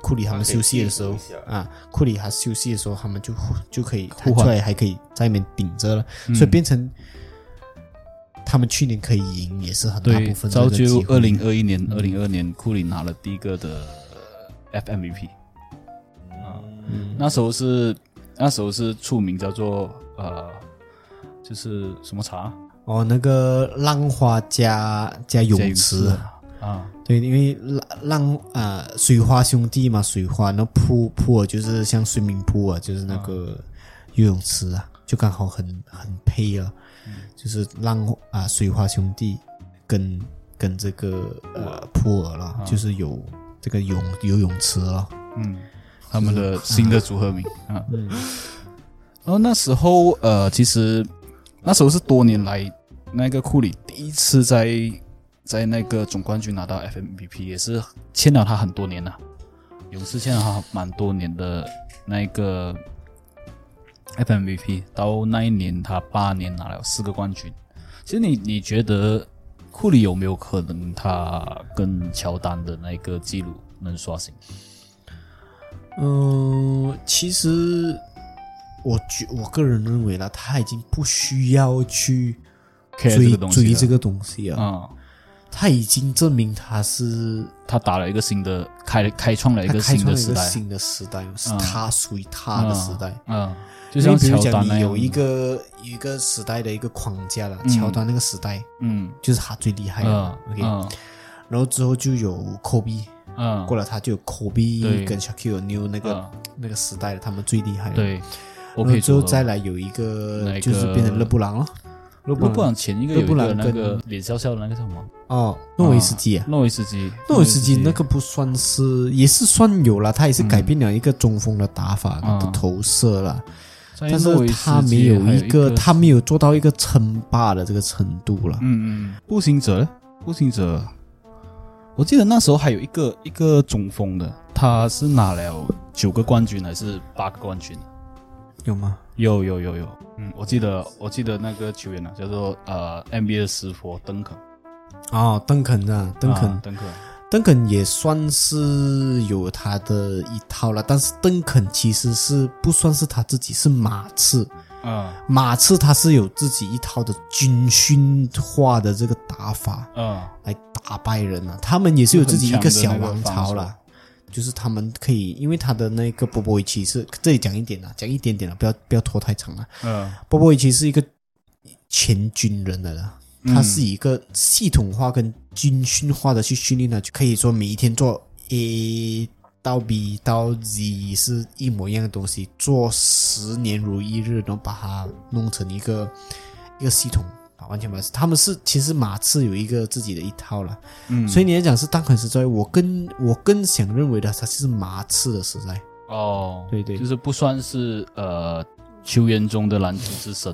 Speaker 1: 库里他们休息的时候啊，库里他休息的时候，他们就就可以
Speaker 2: 互
Speaker 1: 弹
Speaker 2: 换
Speaker 1: 出来，还可以在那边顶着了，
Speaker 2: 嗯
Speaker 1: 所以变成他们去年可以赢也是很大
Speaker 2: 对
Speaker 1: 部，分的
Speaker 2: 造
Speaker 1: 这个
Speaker 2: 就
Speaker 1: 机会嗯
Speaker 2: 二零二一年、二零二年，库里拿了第一个的 FMVP 啊，那时候是那时候是出名叫做呃，就是什么茶
Speaker 1: 哦，那个浪花加加泳
Speaker 2: 加泳
Speaker 1: 池
Speaker 2: 池啊，
Speaker 1: 对，因为浪浪啊、水花兄弟嘛，水花那扑扑啊，就是像水明扑啊，就是那个游泳池啊，就刚好很很配啊，就是浪啊、水花兄弟跟跟这个呃
Speaker 2: 啊
Speaker 1: 扑尔啦，就是有这个泳游泳池了。
Speaker 2: 嗯，他们的新的组 合名啊。然后那时候呃，其实那时候是多年来那个库里第一次在在那个总冠军拿到 FMVP，也是欠了他很多年了、啊勇士欠了他蛮多年的那个 FMVP，到那一年他八年拿了四个冠军。其实你你觉得库里有没有可能他跟乔丹的那个记录能刷新？
Speaker 1: 嗯，其实我觉我个人认为啦，他已经不需要去
Speaker 2: care 这
Speaker 1: 追
Speaker 2: 个东西
Speaker 1: 追
Speaker 2: 的
Speaker 1: 这个东西啊，
Speaker 2: 啊、
Speaker 1: 他已经证明他是
Speaker 2: 他打了一个新的开开创了一
Speaker 1: 他
Speaker 2: 个
Speaker 1: 开
Speaker 2: 新
Speaker 1: 创了
Speaker 2: 的
Speaker 1: 一
Speaker 2: 时
Speaker 1: 个
Speaker 2: 代，
Speaker 1: 新的时代，是他属于他的时代。
Speaker 2: 嗯，就
Speaker 1: 就
Speaker 2: 像
Speaker 1: 比
Speaker 2: 乔
Speaker 1: 如
Speaker 2: 丹
Speaker 1: 讲，
Speaker 2: 那
Speaker 1: 你
Speaker 2: 样
Speaker 1: 有一个有一个时代的一个框架了，乔丹那个时代
Speaker 2: 嗯
Speaker 1: 就是他最厉害的
Speaker 2: 嗯
Speaker 1: ，OK。
Speaker 2: 嗯
Speaker 1: 然后之后就有 Kobe，
Speaker 2: 嗯，
Speaker 1: 过了他就有 Kobe
Speaker 2: 对嗯
Speaker 1: 跟 Shaquille O'Neal 那个那个时代了，他们最厉害。，
Speaker 2: 对
Speaker 1: 然后
Speaker 2: ，OK
Speaker 1: 之后
Speaker 2: 组合。
Speaker 1: 再来有一
Speaker 2: 那
Speaker 1: 个
Speaker 2: 个
Speaker 1: 就是变成勒布朗了，勒
Speaker 2: 不
Speaker 1: 布
Speaker 2: 不
Speaker 1: 朗
Speaker 2: 然前一个
Speaker 1: 勒
Speaker 2: 有一
Speaker 1: 布
Speaker 2: 个
Speaker 1: 朗
Speaker 2: 那
Speaker 1: 跟
Speaker 2: 个脸笑笑的那个叫什么？
Speaker 1: 哦，诺维斯基啊，
Speaker 2: 诺维斯基，
Speaker 1: 诺维斯基那个不算是，也是算有了，他也是改变了一个中锋的打法
Speaker 2: 嗯
Speaker 1: 的投射了，但
Speaker 2: 在诺
Speaker 1: 是
Speaker 2: 维斯基
Speaker 1: 他没有
Speaker 2: 还有
Speaker 1: 一
Speaker 2: 一
Speaker 1: 个，
Speaker 2: 个
Speaker 1: 他没有做到一个称霸的这个程度了。
Speaker 2: 嗯嗯，步行者，步行者，我记得那时候还有一个一个中锋的，他是拿了九个冠军还是八个冠军？
Speaker 1: 有吗？
Speaker 2: 有有有有，嗯，我记得我记得那个球员呢、叫做呃 NBA 的石佛登肯，
Speaker 1: 哦，邓肯啊，邓肯，
Speaker 2: 啊登肯，
Speaker 1: 邓肯也算是有他的一套了，但是邓肯其实是不算是他自己，是马刺。
Speaker 2: 嗯
Speaker 1: 马刺他是有自己一套的军训化的这个打法，
Speaker 2: 嗯
Speaker 1: 来打败人啊，他们也是有自己一个小王朝
Speaker 2: 很强的那个
Speaker 1: 啦
Speaker 2: 防，
Speaker 1: 就是他们可以，因为他的那个波波维奇是这里讲一点啦，啊讲一点点啦，不要不要拖太长啊了。
Speaker 2: 嗯
Speaker 1: 波波维奇是一个前军人的啦，
Speaker 2: 嗯
Speaker 1: 他是一个系统化跟军训化的去训练的，就可以说每一天做 A 到 B 到 Z 是一模一样的东西，做十年如一日，然后把它弄成一个一个系统。啊，完全不是，他们是其实马刺有一个自己的一套了，
Speaker 2: 嗯，
Speaker 1: 所以你来讲是单肯时代，我更我更想认为的，它是马刺的时代。
Speaker 2: 哦，
Speaker 1: 对对
Speaker 2: 就是不算是呃球员中的篮球之神，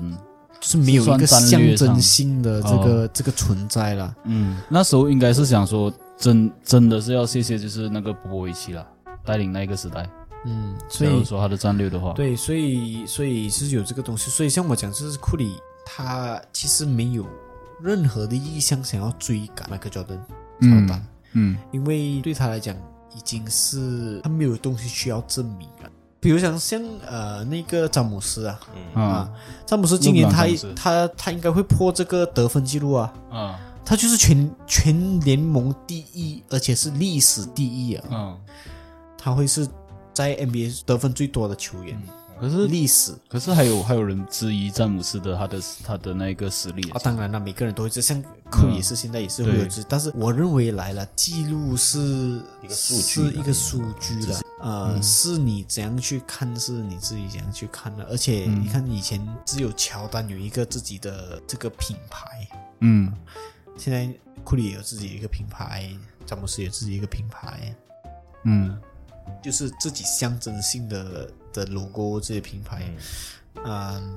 Speaker 1: 就是没有一个
Speaker 2: 算战
Speaker 1: 象
Speaker 2: 略上哦
Speaker 1: 征性的这个、这个存在了。
Speaker 2: 嗯，那时候应该是想说真真的是要谢谢就是那个波波维奇啦，带领那个时代，
Speaker 1: 嗯，所
Speaker 2: 假如
Speaker 1: 以
Speaker 2: 说他的战略的话，，
Speaker 1: 对，所以所以是有这个东西。所以像我讲，就是库里他其实没有任何的意向想要追赶迈克乔丹，乔
Speaker 2: 嗯
Speaker 1: 丹，
Speaker 2: 嗯
Speaker 1: 因为对他来讲已经是他没有东西需要证明了。比如像像呃那个詹姆斯啊，
Speaker 2: 啊
Speaker 1: 詹姆斯今年他
Speaker 2: 勒布朗詹姆斯
Speaker 1: 他他应该会破这个得分记录啊，
Speaker 2: 啊
Speaker 1: 他就是全全联盟第一，而且是历史第一啊，
Speaker 2: 嗯，
Speaker 1: 他会是在 NBA 得分最多的球员，
Speaker 2: 可是
Speaker 1: 历史
Speaker 2: 可是还有还有人质疑詹姆斯的他的他的那个实力
Speaker 1: 啊，当然了，每个人都会这，像库里也是，现在也是会有这，但是我认为来了，记录是
Speaker 3: 一个数据
Speaker 1: 嗯是一个数据了，呃，是你怎样去看，是你自己怎样去看的，而且你看以前只有乔丹有一个自己的这个品牌，
Speaker 2: 嗯
Speaker 1: 现在库里也有自己一个品牌，詹姆斯也有自己一个品牌，
Speaker 2: 嗯
Speaker 1: 就是自己象征性的的 logo 这些品牌，嗯，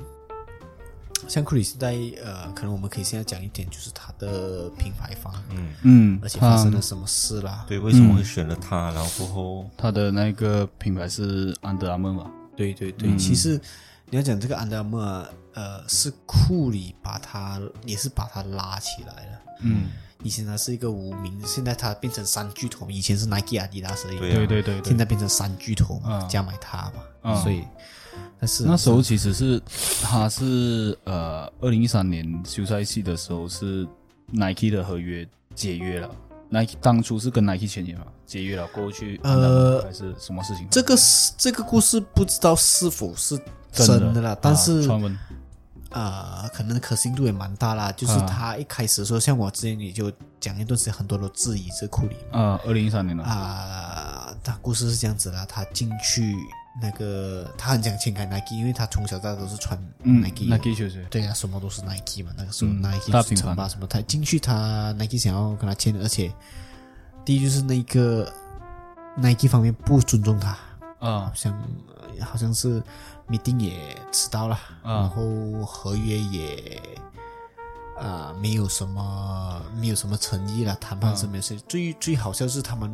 Speaker 1: 像库里时代，呃，可能我们可以现在讲一点，就是他的品牌方，嗯，
Speaker 2: 嗯
Speaker 1: 而，且发生了什么事啦？
Speaker 3: 对，为什么会选了他？然后过后，
Speaker 2: 他的那个品牌是安德阿曼吧？
Speaker 1: 对对对，其实你要讲这个安德莫尔，呃，是库里把他也是把他拉起来了。
Speaker 2: 嗯，
Speaker 1: 以前他是一个无名，现在他变成三巨头，以前是 Nike、阿迪达斯而已，
Speaker 3: 对啊
Speaker 2: 对对对
Speaker 1: 现
Speaker 2: 对。
Speaker 1: 在变成三巨头嘛，
Speaker 2: 嗯
Speaker 1: 加买他嘛，
Speaker 2: 嗯
Speaker 1: 所以但是
Speaker 2: 那时候其实是他是呃，二零一三年休赛期的时候是 Nike 的合约解约了。Nike 当初是跟 Nike 签约嘛，解约了，过后去安德阿曼还是什么事情？
Speaker 1: 呃这个是这个故事不知道是否是真
Speaker 2: 真的
Speaker 1: 啦，但
Speaker 2: 啊
Speaker 1: 是
Speaker 2: 传闻
Speaker 1: 呃，可能可信度也蛮大啦。就是他一开始说，像我之前也就讲一段时间，很多人都质疑这库里嘛
Speaker 2: 啊，二零一三年了，
Speaker 1: 啊、他故事是这样子啦，他进去那个他很想签改 Nike，因为他从小到大都是穿
Speaker 2: 嗯
Speaker 1: Nike 的。
Speaker 2: ，Nike 球鞋，
Speaker 1: 对啊，什么都是 Nike 嘛，那个时候
Speaker 2: 嗯
Speaker 1: Nike
Speaker 2: 大
Speaker 1: 是
Speaker 2: 品牌
Speaker 1: 称霸什么，他进去他 Nike 想要跟他签，而且第一就是那个 Nike 方面不尊重他，
Speaker 2: 啊
Speaker 1: 像呃好像是 meeting 也迟到了，然后合约也啊、没有什么没有什么诚意了，谈判是没有事。最最好笑是他们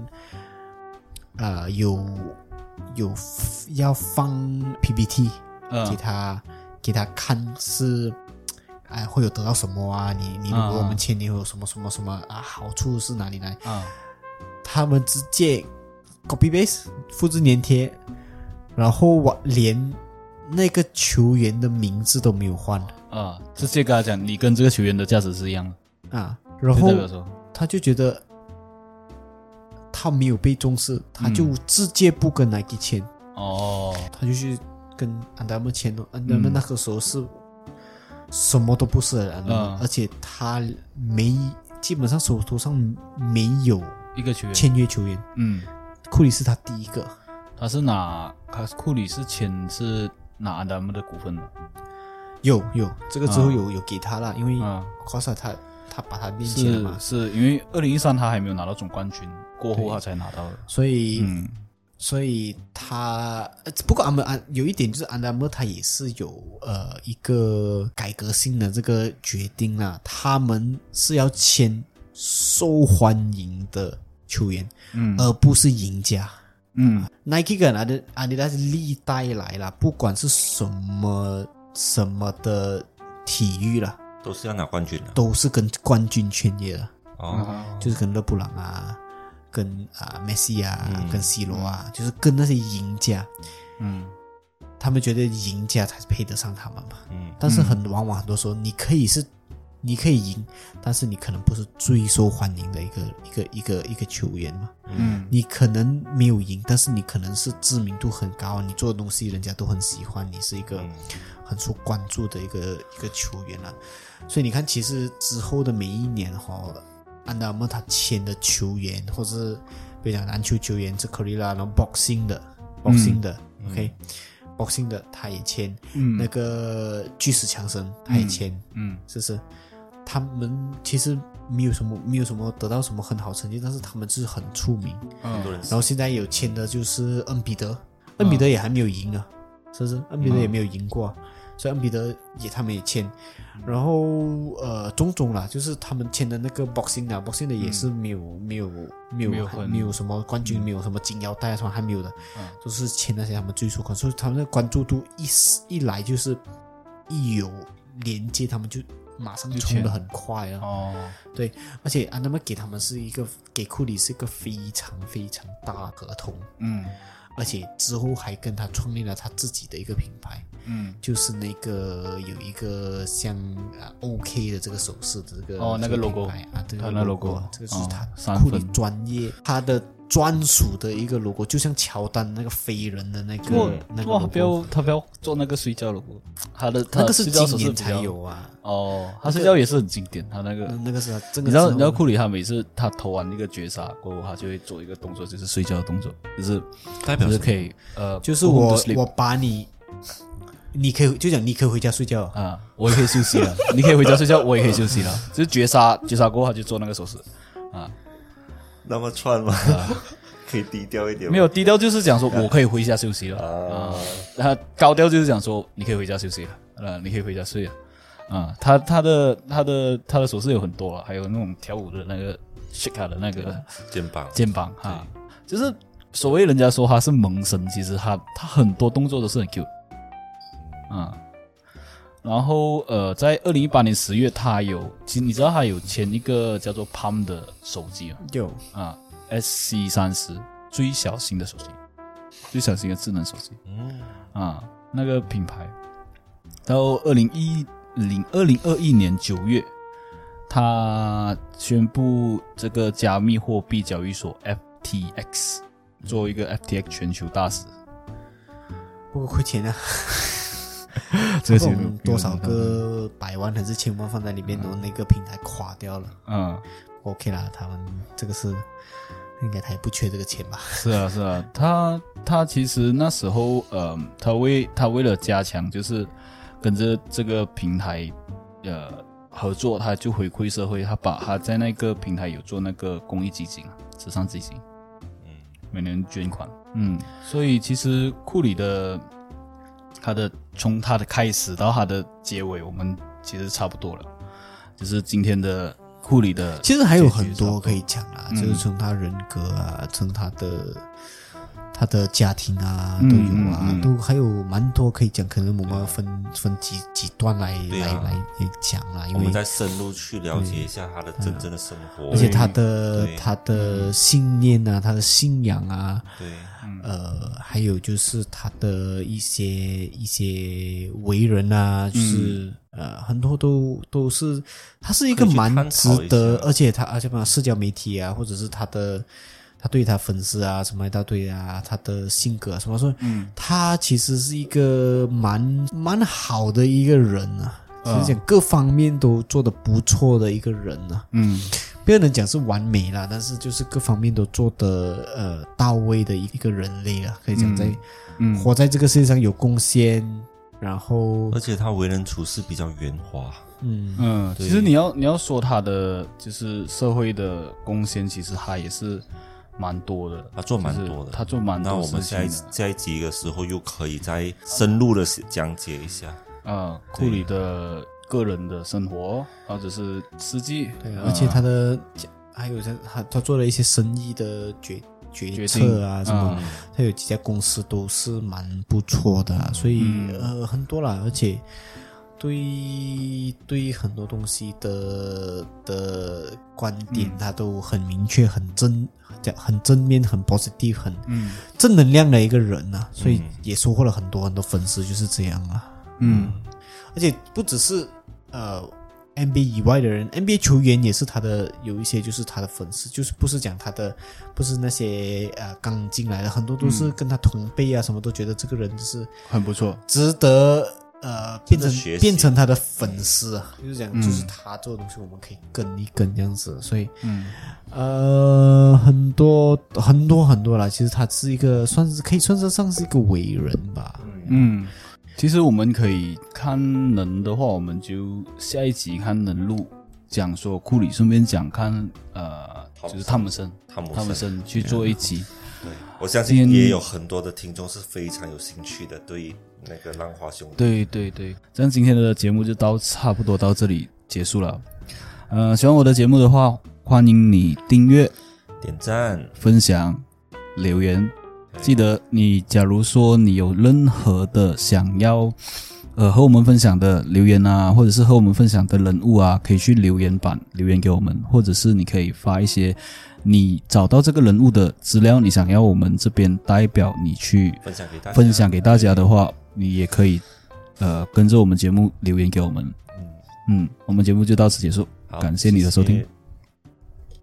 Speaker 1: 啊、呃有有要放 PPT 给
Speaker 2: 嗯
Speaker 1: 他、给他看是。哎，会有得到什么啊？你你如果我们签，你会有什么什么什么啊？好处是哪里来？
Speaker 2: 啊，
Speaker 1: 他们直接 copy paste 复制粘贴，然后我连那个球员的名字都没有换
Speaker 2: 啊，直接跟他讲，你跟这个球员的价值是一样的。
Speaker 1: 啊，然
Speaker 2: 就
Speaker 1: 后
Speaker 2: 代表说，
Speaker 1: 他就觉得他没有被重视，他就直接不跟 Nike 签，
Speaker 2: 哦，
Speaker 1: 他就去跟安德曼签了。安德曼那个时候是什么都不是的安德曼
Speaker 2: 嗯
Speaker 1: 而且他没基本上手头上没有
Speaker 2: 一个球员，
Speaker 1: 签约球员，
Speaker 2: 嗯，
Speaker 1: 库里是他第一个。
Speaker 2: 他是拿卡斯库里是签是拿安达姆的股份的，
Speaker 1: 有有，这个之后有、有给他了，因为
Speaker 2: 啊
Speaker 1: 夸萨他他把他练起来
Speaker 2: 是
Speaker 1: 嘛，
Speaker 2: 是因为二零一三他还没有拿到总冠军，过后他才拿到的。
Speaker 1: 所以、
Speaker 2: 嗯
Speaker 1: 所以他呃不过安德安有一点就是安德莫他也是有呃一个改革性的这个决定啦，他们是要签受欢迎的球员，
Speaker 2: 嗯
Speaker 1: 而不是赢家。
Speaker 2: 嗯
Speaker 1: Nike 跟阿迪阿迪达斯历代来啦，不管是什么什么的体育啦，
Speaker 3: 都是要拿冠军的。
Speaker 1: 都是跟冠军签约的。
Speaker 3: 哦，
Speaker 1: 就是跟勒布朗啊，跟啊梅西啊，
Speaker 3: 嗯
Speaker 1: 跟 C 罗啊，就是跟那些赢家，
Speaker 2: 嗯
Speaker 1: 他们觉得赢家才配得上他们嘛。
Speaker 3: 嗯，
Speaker 1: 但是很往往很多时候，你可以是你可以赢，但是你可能不是最受欢迎的一个一个一个一个球员嘛。
Speaker 2: 嗯
Speaker 1: 你可能没有赢，但是你可能是知名度很高，你做的东西人家都很喜欢，你是一个很受关注的一个一个球员啊。所以你看，其实之后的每一年哈、安德莫他签的球员，或是比如讲篮球球员是克里拉，然后 boxing 的 boxing 的、OK。boxing 的他也签，那个巨石强森他也签，
Speaker 2: 嗯
Speaker 1: 是不是？他们其实没有什么，没有什么得到什么很好成绩，但是他们是很出名。
Speaker 3: 很多人
Speaker 1: 然后现在有签的就是恩比德，恩比德也还没有赢啊，是不是？恩比德也没有赢过啊、所以恩比德也他们也签。然后呃，种种啦，就是他们签的那个 boxing 的、b o x i n g 的也是没有、没有没有
Speaker 2: 没有很
Speaker 1: 没有什么冠军，没有什么金腰带啊什么还没有的，都是签那些他们最受关注，所以他们的关注度一一来就是一有连接，他们就马上冲
Speaker 2: 签
Speaker 1: 的很快啊。
Speaker 2: 哦
Speaker 1: 对，而且安德曼给他们是一个给库里是一个非常非常大的合同，
Speaker 2: 嗯
Speaker 1: 而且之后还跟他创立了他自己的一个品牌，
Speaker 2: 嗯
Speaker 1: 就是那个有一个像啊 OK 的这个手势的这个
Speaker 2: 哦那个
Speaker 1: 这
Speaker 2: logo
Speaker 1: 品牌啊，对，
Speaker 2: 他那 logo
Speaker 1: 啊这个就是
Speaker 2: 哦
Speaker 1: 他
Speaker 2: 三
Speaker 1: 库里
Speaker 2: 分
Speaker 1: 专业他的专属的一个 logo，就像乔丹那个飞人的那
Speaker 2: 哇
Speaker 1: 个那个
Speaker 2: 哇，
Speaker 1: logo，
Speaker 2: 不要他不要做那个睡觉了，他的呃他
Speaker 1: 那个
Speaker 2: 的
Speaker 1: 是
Speaker 2: 睡觉
Speaker 1: 今
Speaker 2: 手势
Speaker 1: 年
Speaker 2: 比
Speaker 1: 才
Speaker 2: 较
Speaker 1: 有啊，
Speaker 2: 哦，他睡觉也是很经典，他那个
Speaker 1: 那那个是他真的
Speaker 2: 你知道，
Speaker 1: 是
Speaker 2: 你知道库里他每次他投完一个绝杀过后，他就会做一个动作，就是睡觉的动作，就是
Speaker 3: 代
Speaker 2: 就
Speaker 3: 表
Speaker 2: 是
Speaker 3: 是
Speaker 2: 可以呃，
Speaker 1: 就是
Speaker 2: 不
Speaker 1: 我
Speaker 2: to sleep
Speaker 1: 我把你，你可以就讲你可以回家睡觉啊，
Speaker 2: 啊，我也可以休息了， 你可以回家睡觉，我也可以休息了。就是绝杀，绝杀过后他就做那个手势啊，
Speaker 3: 那么串吗？ 可以低调一点吗
Speaker 2: 没有低调就是讲说我可以回家休啊息了啊，然后高调就是讲说你可以回家休息了，呃，你可以回家睡了啊，他他的他的他的手势有很多啊，还有那种跳舞的那个 shake 啊的那个
Speaker 3: 肩膀
Speaker 2: 肩膀哈、就是所谓人家说他是萌神，其实他他很多动作都是很 cute，啊，然后呃，在二零一八年十月，他有其实你知道他有签一个叫做 Palm 的手机吗？
Speaker 1: 有
Speaker 2: 啊，SC 三十最小型的手机，最小型的智能手机，
Speaker 3: 嗯，
Speaker 2: 啊，那个品牌，到二零一零二零二一年九月，他宣布这个加密货币交易所 FTX 做一个 FTX 全球大使，
Speaker 1: 不过亏 钱啊，
Speaker 2: 这
Speaker 1: 不懂多少？个百万还是千万放在里面，然后那个平台垮掉了
Speaker 2: 嗯，
Speaker 1: ，OK 啦，他们这个是应该他也不缺这个钱吧？
Speaker 2: 是啊，是啊，他他其实那时候，呃，他为他为了加强，就是跟着这个平台，呃，合作，他就回馈社会，他把他在那个平台有做那个公益基金啊，慈善基金，
Speaker 3: 嗯
Speaker 2: 每年捐款，嗯，所以其实库里的他的从他的开始到他的结尾，我们其实差不多了，就是今天的库里的，
Speaker 1: 其实还有很多可以讲啊，
Speaker 2: 嗯
Speaker 1: 就是从他人格啊，从他的他的家庭啊，
Speaker 2: 嗯
Speaker 1: 都有啊，
Speaker 2: 嗯嗯
Speaker 1: 都还有蛮多可以讲，可能我们要分分几几段来、
Speaker 3: 对
Speaker 1: 来
Speaker 3: 啊
Speaker 1: 来来讲啊，因
Speaker 3: 我们
Speaker 1: 为
Speaker 3: 再深入去了解一下他的真正的生活，
Speaker 1: 而且他的
Speaker 3: 对
Speaker 1: 他的信念啊，他的信仰啊，
Speaker 3: 对
Speaker 1: 呃，还有就是他的一些一些为人啊，
Speaker 3: 嗯
Speaker 1: 就是、呃，很多都都是他是一个
Speaker 3: 可以去
Speaker 1: 蛮
Speaker 3: 探
Speaker 1: 值
Speaker 3: 讨一
Speaker 1: 得，
Speaker 3: 下
Speaker 1: 而且他而且嘛，社交媒体啊，或者是他的他对他粉丝啊什么一大堆啊，他的性格啊什么说，嗯，他其实是一个蛮蛮好的一个人啊。其实讲各方面都做得不错的一个人呐、啊，
Speaker 2: 嗯
Speaker 1: 不能讲是完美啦，但是就是各方面都做得呃到位的一个人类啊，可以讲在、
Speaker 2: 嗯，
Speaker 1: 活在这个世界上有贡献，然后
Speaker 3: 而且他为人处事比较圆滑，
Speaker 1: 嗯，
Speaker 2: 嗯，其实你要你要说他的就是社会的贡献，其实他也是蛮多的，
Speaker 3: 他做蛮多
Speaker 2: 就是
Speaker 3: 的。
Speaker 2: 他做蛮
Speaker 3: 那
Speaker 2: 多
Speaker 3: 我
Speaker 2: 事
Speaker 3: 们
Speaker 2: 情
Speaker 3: 下一
Speaker 2: 的。
Speaker 3: 下一集的时候又可以再深入的讲解一下。
Speaker 2: 呃，库里的个人的生活，或者是司机，
Speaker 1: 对啊，
Speaker 2: 呃
Speaker 1: 而且他的还有他他他做了一些生意的决决
Speaker 2: 决
Speaker 1: 策
Speaker 2: 定
Speaker 1: 啊什么，
Speaker 2: 嗯
Speaker 1: 他有几家公司都是蛮不错的啊，
Speaker 2: 嗯
Speaker 1: 所以、呃很多啦，而且。对对，很多东西的的观点，他都很明确、很正、很正面、很 positive、很
Speaker 2: 嗯
Speaker 1: 正能量的一个人呐、所以
Speaker 3: 嗯
Speaker 1: 也收获了很多很多粉丝，就是这样啊。
Speaker 2: 嗯
Speaker 1: 而且不只是呃 NBA 以外的人，NBA 球员也是他的有一些就是他的粉丝，就是不是讲他的，不是那些呃刚进来的，很多都是
Speaker 3: 嗯
Speaker 1: 跟他同辈啊，什么都觉得这个人就是
Speaker 2: 很不错，
Speaker 1: 值得呃变成
Speaker 3: 值得学习嗯
Speaker 1: 变成他的粉丝啊，就是讲就是他做的东西我们可以跟一跟这样子，所以
Speaker 2: 嗯
Speaker 1: 呃很多很多很多啦，其实他是一个算是可以算得上是一个伟人吧，
Speaker 2: 嗯。其实我们可以看能的话，我们就下一集看能录讲说库里，顺便讲看呃，就是汤姆森，
Speaker 3: 汤姆
Speaker 2: 汤姆
Speaker 3: 森，
Speaker 2: 森去做一集。
Speaker 3: 我
Speaker 2: 嗯
Speaker 3: 相信也有很多的听众是非常有兴趣的，对于那个浪花兄弟。
Speaker 2: 对对对，这样今天的节目就到差不多到这里结束了。呃，喜欢我的节目的话，欢迎你订阅、
Speaker 3: 点赞，
Speaker 2: 分享、留言。记得你，假如说你有任何的想要，呃，和我们分享的留言啊，或者是和我们分享的人物啊，可以去留言板留言给我们，或者是你可以发一些你找到这个人物的资料，你想要我们这边代表你去
Speaker 3: 分享给大家，
Speaker 2: 分享给大家的话，你也可以呃跟着我们节目留言给我们。嗯，我们节目就到此结束，
Speaker 3: 好，
Speaker 2: 感谢你的收听。
Speaker 3: 谢谢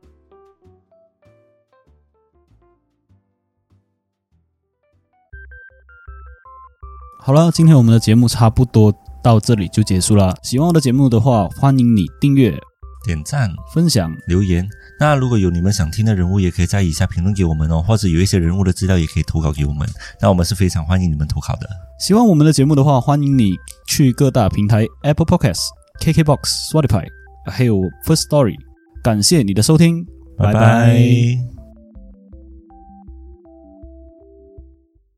Speaker 2: 好了，今天我们的节目差不多到这里就结束了。喜欢我的节目的话，欢迎你订阅、
Speaker 3: 点赞。
Speaker 2: 分享。
Speaker 3: 留言。那如果有你们想听的人物，也可以在以下评论给我们哦，或者有一些人物的资料也可以投稿给我们。那我们是非常欢迎你们投稿的。
Speaker 2: 喜欢我们的节目的话，欢迎你去各大平台 Apple Podcasts、KKBox、Spotify，还有 First Story。感谢你的收听，拜
Speaker 3: 拜
Speaker 2: 拜
Speaker 3: 拜